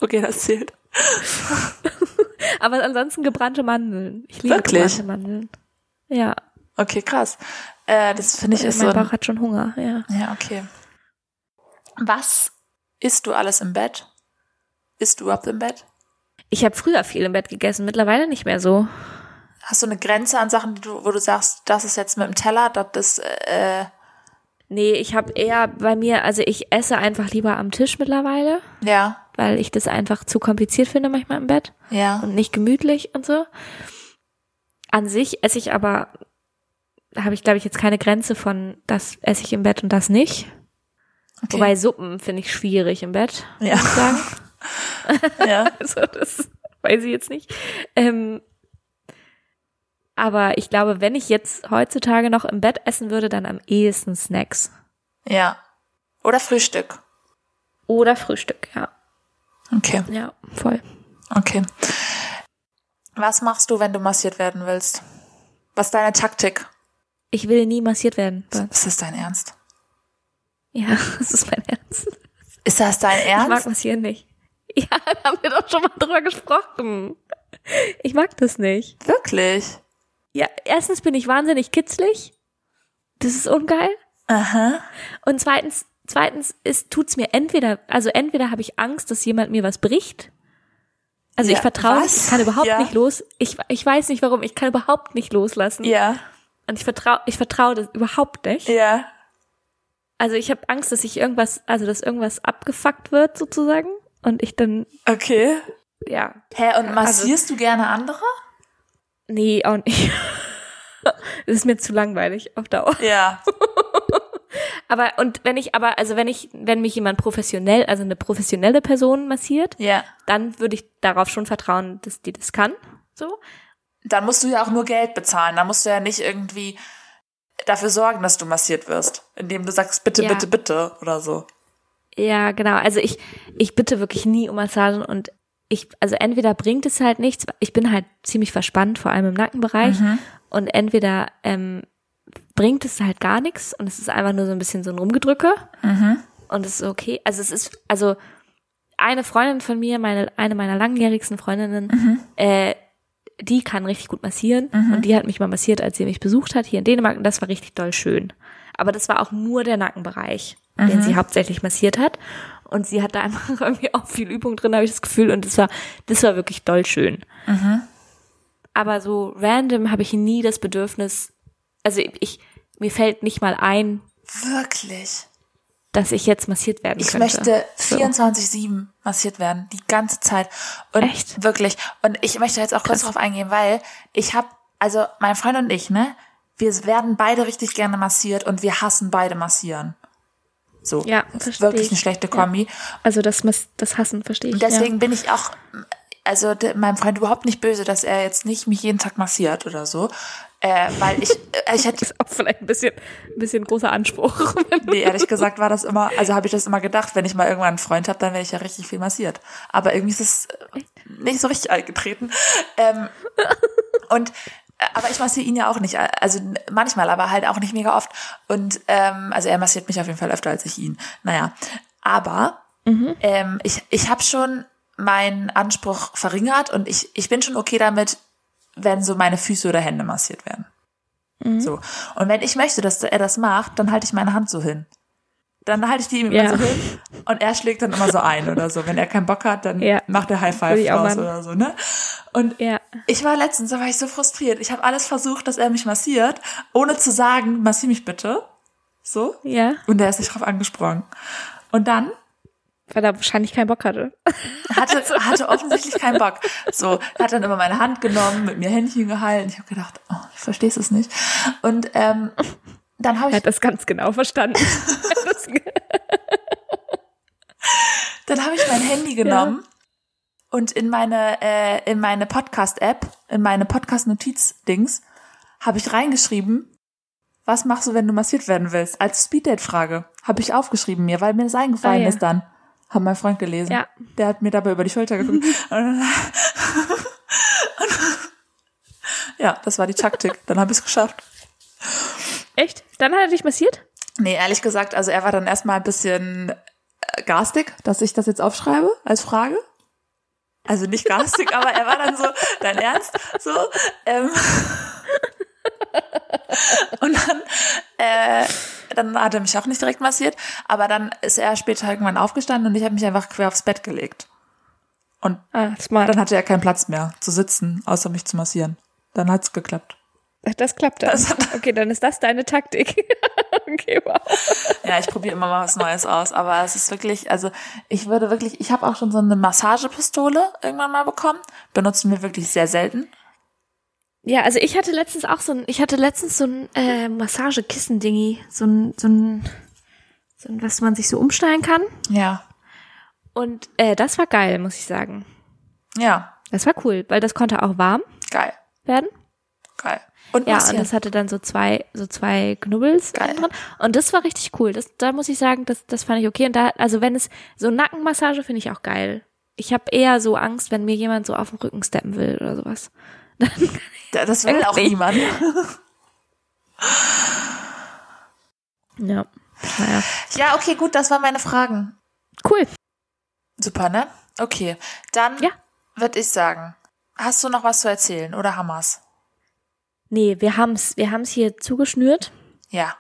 Okay, das zählt.
Aber ansonsten gebrannte Mandeln. Ich liebe
Wirklich?
gebrannte Mandeln. Ja.
Okay, krass. Äh, das finde ich
mein
ist so. Ein,
Bauch hat schon Hunger, ja.
ja, okay. Was isst du alles im Bett? Isst du überhaupt im Bett?
Ich habe früher viel im Bett gegessen, mittlerweile nicht mehr so.
Hast du eine Grenze an Sachen, die du, wo du sagst, das ist jetzt mit dem Teller, das ist, äh,
Nee, ich habe eher bei mir, also ich esse einfach lieber am Tisch mittlerweile,
ja,
weil ich das einfach zu kompliziert finde manchmal im Bett
ja,
und nicht gemütlich und so. An sich esse ich aber, habe ich glaube ich jetzt keine Grenze von, das esse ich im Bett und das nicht.
okay.
Wobei Suppen finde ich schwierig im Bett.
ja. ja.
Also das weiß ich jetzt nicht. Ähm, aber ich glaube, wenn ich jetzt heutzutage noch im Bett essen würde, dann am ehesten Snacks.
Ja. Oder Frühstück.
Oder Frühstück, ja.
Okay,
Ja, voll.
okay. Was machst du, wenn du massiert werden willst? Was ist deine Taktik?
Ich will nie massiert werden. But-
Ist das dein Ernst?
Ja, das ist mein Ernst.
Ist das dein
Ich mag
Ernst?
massieren nicht. Ja, da haben wir doch schon mal drüber gesprochen. Ich mag das nicht.
Wirklich?
Ja, erstens bin ich wahnsinnig kitzlig. Das ist ungeil.
Aha.
Und zweitens, zweitens ist, tut's mir entweder, also entweder habe ich Angst, dass jemand mir was bricht. Also
Ja,
ich vertraue, nicht,
was?
ich kann überhaupt
Ja.
nicht los. Ich, ich weiß nicht warum, ich kann überhaupt nicht loslassen.
Ja,
Und ich vertraue, ich vertraue das überhaupt nicht.
ja,
Also ich habe Angst, dass ich irgendwas, also dass irgendwas abgefuckt wird sozusagen. Und ich dann,
okay.
ja,
Hä, und massierst du gerne andere?
nee, auch nicht. Es ist mir zu langweilig auf Dauer.
Ja.
Aber und wenn ich aber, also wenn ich, wenn mich jemand professionell, also eine professionelle Person massiert,
Ja.
dann würde ich darauf schon vertrauen, dass die das kann. So.
Dann musst du ja auch nur Geld bezahlen. Dann musst du ja nicht irgendwie dafür sorgen, dass du massiert wirst. Indem du sagst, bitte,
Ja.
bitte, bitte oder so.
Ja, genau. Also ich, ich bitte wirklich nie um Massagen und ich, also entweder bringt es halt nichts, ich bin halt ziemlich verspannt, vor allem im Nackenbereich. Und entweder ähm, bringt es halt gar nichts und es ist einfach nur so ein bisschen so ein Rumgedrücke Mhm. und es ist okay. Also es ist, also eine Freundin von mir, meine, eine meiner langjährigsten Freundinnen, äh, die kann richtig gut massieren
Mhm.
und die hat mich mal massiert, als sie mich besucht hat hier in Dänemark und das war richtig doll schön. Aber das war auch nur der Nackenbereich,
Mhm.
den sie hauptsächlich massiert hat und sie hat da einfach irgendwie auch viel Übung drin, habe ich das Gefühl und das war das war wirklich doll schön.
Mhm.
Aber so random habe ich nie das Bedürfnis, also ich mir fällt nicht mal ein,
Wirklich.
dass ich jetzt massiert werden
Ich
könnte.
möchte
So.
24-7 massiert werden, die ganze Zeit. Und
Echt?
Wirklich. Und ich möchte jetzt auch kurz drauf eingehen, weil ich habe, also mein Freund und ich, ne, wir werden beide richtig gerne massiert und wir hassen beide massieren. So.
Ja,
das ist
verstehe
wirklich
ich.
eine schlechte Kombi.
Also das, mas- das Hassen verstehe ich.
Und deswegen bin ich auch, also de- meinem Freund überhaupt nicht böse, dass er jetzt nicht mich jeden Tag massiert oder so. Äh, weil ich, äh, ich hätte,
ja. ist auch vielleicht ein bisschen, ein bisschen großer Anspruch.
nee, ehrlich gesagt war das immer, also habe ich das immer gedacht, wenn ich mal irgendwann einen Freund habe, dann werde ich ja richtig viel massiert. Aber irgendwie ist es äh, nicht so richtig eingetreten. Ähm, und äh, aber ich massiere ihn ja auch nicht, also n- manchmal, aber halt auch nicht mega oft. Und ähm, also er massiert mich auf jeden Fall öfter als ich ihn. Naja, aber ähm, ich, ich habe schon meinen Anspruch verringert und ich, ich bin schon okay damit, wenn so meine Füße oder Hände massiert werden.
Mhm.
So. Und wenn ich möchte, dass er das macht, dann halte ich meine Hand so hin. Dann halte ich die ihm immer
Ja.
so hin und er schlägt dann immer so ein oder so. Wenn er keinen Bock hat, dann
Ja.
macht er High Five
Würde ich auch
raus
machen.
oder so, ne? Und
Ja.
ich war letztens, da war ich so frustriert. Ich habe alles versucht, dass er mich massiert, ohne zu sagen, massier mich bitte. So.
Ja,
Und er ist nicht drauf angesprungen. Und dann
weil er wahrscheinlich keinen Bock hatte.
hatte, hatte offensichtlich keinen Bock. So, hat dann immer meine Hand genommen, mit mir Händchen gehalten. Ich habe gedacht, oh, ich verstehe es nicht. Und ähm, dann
Er
habe ich,
hat das ganz genau verstanden. Er hat das ge-
dann habe ich mein Handy genommen und in meine äh, in meine Podcast-App, in meine Podcast-Notiz-Dings, habe ich reingeschrieben: Was machst du, wenn du massiert werden willst? Als Speeddate-Frage. Habe ich aufgeschrieben mir, weil mir das eingefallen
Ah, ja.
ist dann. Haben mein Freund gelesen.
Ja.
Der hat mir dabei über die Schulter geguckt. Und- ja, das war die Taktik. Dann habe ich es geschafft.
Echt? Dann hat er dich massiert?
Nee, ehrlich gesagt, also er war dann erstmal ein bisschen äh, garstig, dass ich das jetzt aufschreibe als Frage. Also nicht garstig, aber er war dann so, dein Ernst? So. Ähm. Und dann, äh, dann hat er mich auch nicht direkt massiert, aber dann ist er später irgendwann aufgestanden und ich habe mich einfach quer aufs Bett gelegt. Und
Ah, smart.
dann hatte er keinen Platz mehr zu sitzen, außer mich zu massieren. Dann hat's geklappt.
Das klappt dann. Okay, dann ist das deine Taktik. okay, wow.
Ja, ich probiere immer mal was Neues aus, aber es ist wirklich, also ich würde wirklich, ich habe auch schon so eine Massagepistole irgendwann mal bekommen, benutzen wir wirklich sehr selten.
Ja, also ich hatte letztens auch so ein, ich hatte letztens so ein äh, Massagekissen-Dingi, so ein, so ein, so ein, was man sich so umstellen kann.
Ja,
Und äh, das war geil, muss ich sagen.
ja,
Das war cool, weil das konnte auch warm
geil,
werden.
geil. Und
Ja, und
massieren.
das hatte dann so zwei, so zwei Knubbels
Geil.
drin. Und das war richtig cool. Das, da muss ich sagen, das, das fand ich okay. Und da, also wenn es so Nackenmassage finde ich auch geil. Ich habe eher so Angst, wenn mir jemand so auf den Rücken steppen will oder sowas.
Da- das will auch
Wirklich.
niemand.
Ja. Naja.
Ja, okay, gut, das waren meine Fragen.
Cool.
Super, ne? Okay, dann
Ja.
würde ich sagen, hast du noch was zu erzählen oder Hammers?
Nee, wir haben's, wir haben's hier zugeschnürt.
Ja,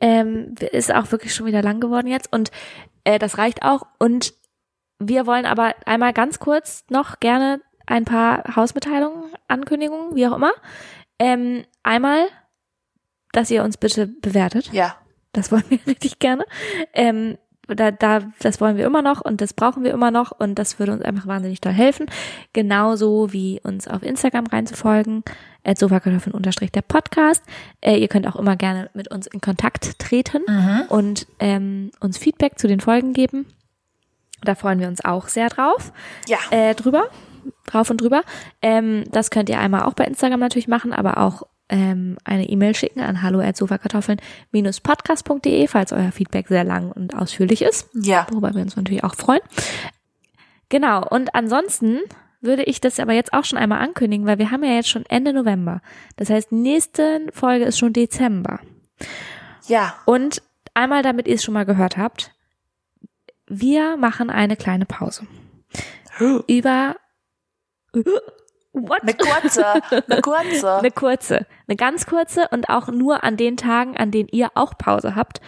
Ähm, ist auch wirklich schon wieder lang geworden jetzt und äh, das reicht auch. Und wir wollen aber einmal ganz kurz noch gerne ein paar Hausmitteilungen, Ankündigungen, wie auch immer. Ähm, einmal, dass ihr uns bitte bewertet.
ja,
Das wollen wir richtig gerne. Ähm, da, da, das wollen wir immer noch und das brauchen wir immer noch und das würde uns einfach wahnsinnig toll helfen. Genauso wie uns auf Instagram reinzufolgen, at unterstrich der Podcast. Äh, ihr könnt auch immer gerne mit uns in Kontakt treten
mhm.
und ähm, uns Feedback zu den Folgen geben. Da freuen wir uns auch sehr drauf
ja,
äh, drüber, drauf und drüber. Ähm, das könnt ihr einmal auch bei Instagram natürlich machen, aber auch ähm, eine E-Mail schicken an hallo@sofakartoffeln-podcast.de, falls euer Feedback sehr lang und ausführlich ist,
ja,
worüber wir uns natürlich auch freuen. Genau. Und ansonsten würde ich das aber jetzt auch schon einmal ankündigen, weil wir haben ja jetzt schon Ende November. Das heißt, nächste Folge ist schon Dezember.
ja,
Und einmal, damit ihr es schon mal gehört habt, wir machen eine kleine Pause. Über What?
eine kurze, eine kurze.
Eine kurze, eine ganz kurze und auch nur an den Tagen, an denen ihr auch Pause habt,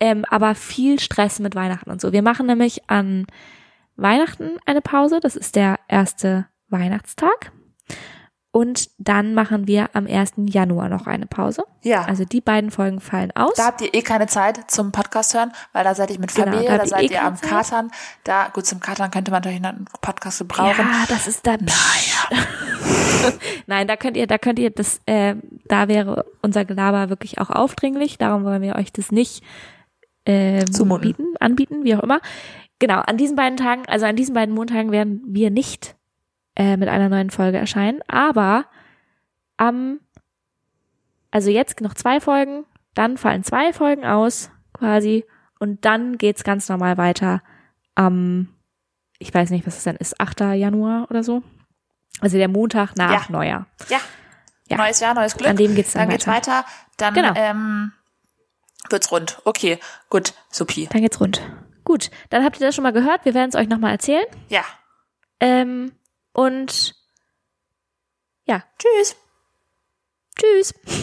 ähm, aber viel Stress mit Weihnachten und so. Wir machen nämlich an Weihnachten eine Pause, das ist der erste Weihnachtstag. Und dann machen wir am 1. Januar noch eine Pause.
Ja.
Also die beiden Folgen fallen aus.
Da habt ihr eh keine Zeit zum Podcast hören, weil da seid ihr mit
Genau,
Familie,
da
da,
habt ihr
seid
eh
ihr
keine
am
Zeit.
Katern. Da, gut, zum Katern könnte man natürlich einen Podcast gebrauchen.
Ja, das ist da. Nein, da könnt ihr, da könnt ihr das, äh, da wäre unser Gelaber wirklich auch aufdringlich. Darum wollen wir euch das nicht ähm,
Zumuten.
bieten, anbieten, wie auch immer. Genau, an diesen beiden Tagen, also an diesen beiden Montagen werden wir nicht äh, mit einer neuen Folge erscheinen. Aber am, also jetzt noch zwei Folgen, dann fallen zwei Folgen aus quasi und dann geht's ganz normal weiter am, ich weiß nicht, was es dann ist, 8. Januar oder so. Also der Montag nach
Ja.
Neujahr.
Ja.
Ja.
Neues Jahr, neues Glück.
An dem geht's dann,
dann geht's
weiter.
weiter. Dann
Genau.
ähm, wird's rund. Okay, gut, Supi.
Dann geht's rund. Gut, dann habt ihr das schon mal gehört. Wir werden es euch nochmal erzählen.
Ja.
Ähm, und
Tschüss.
tschüss.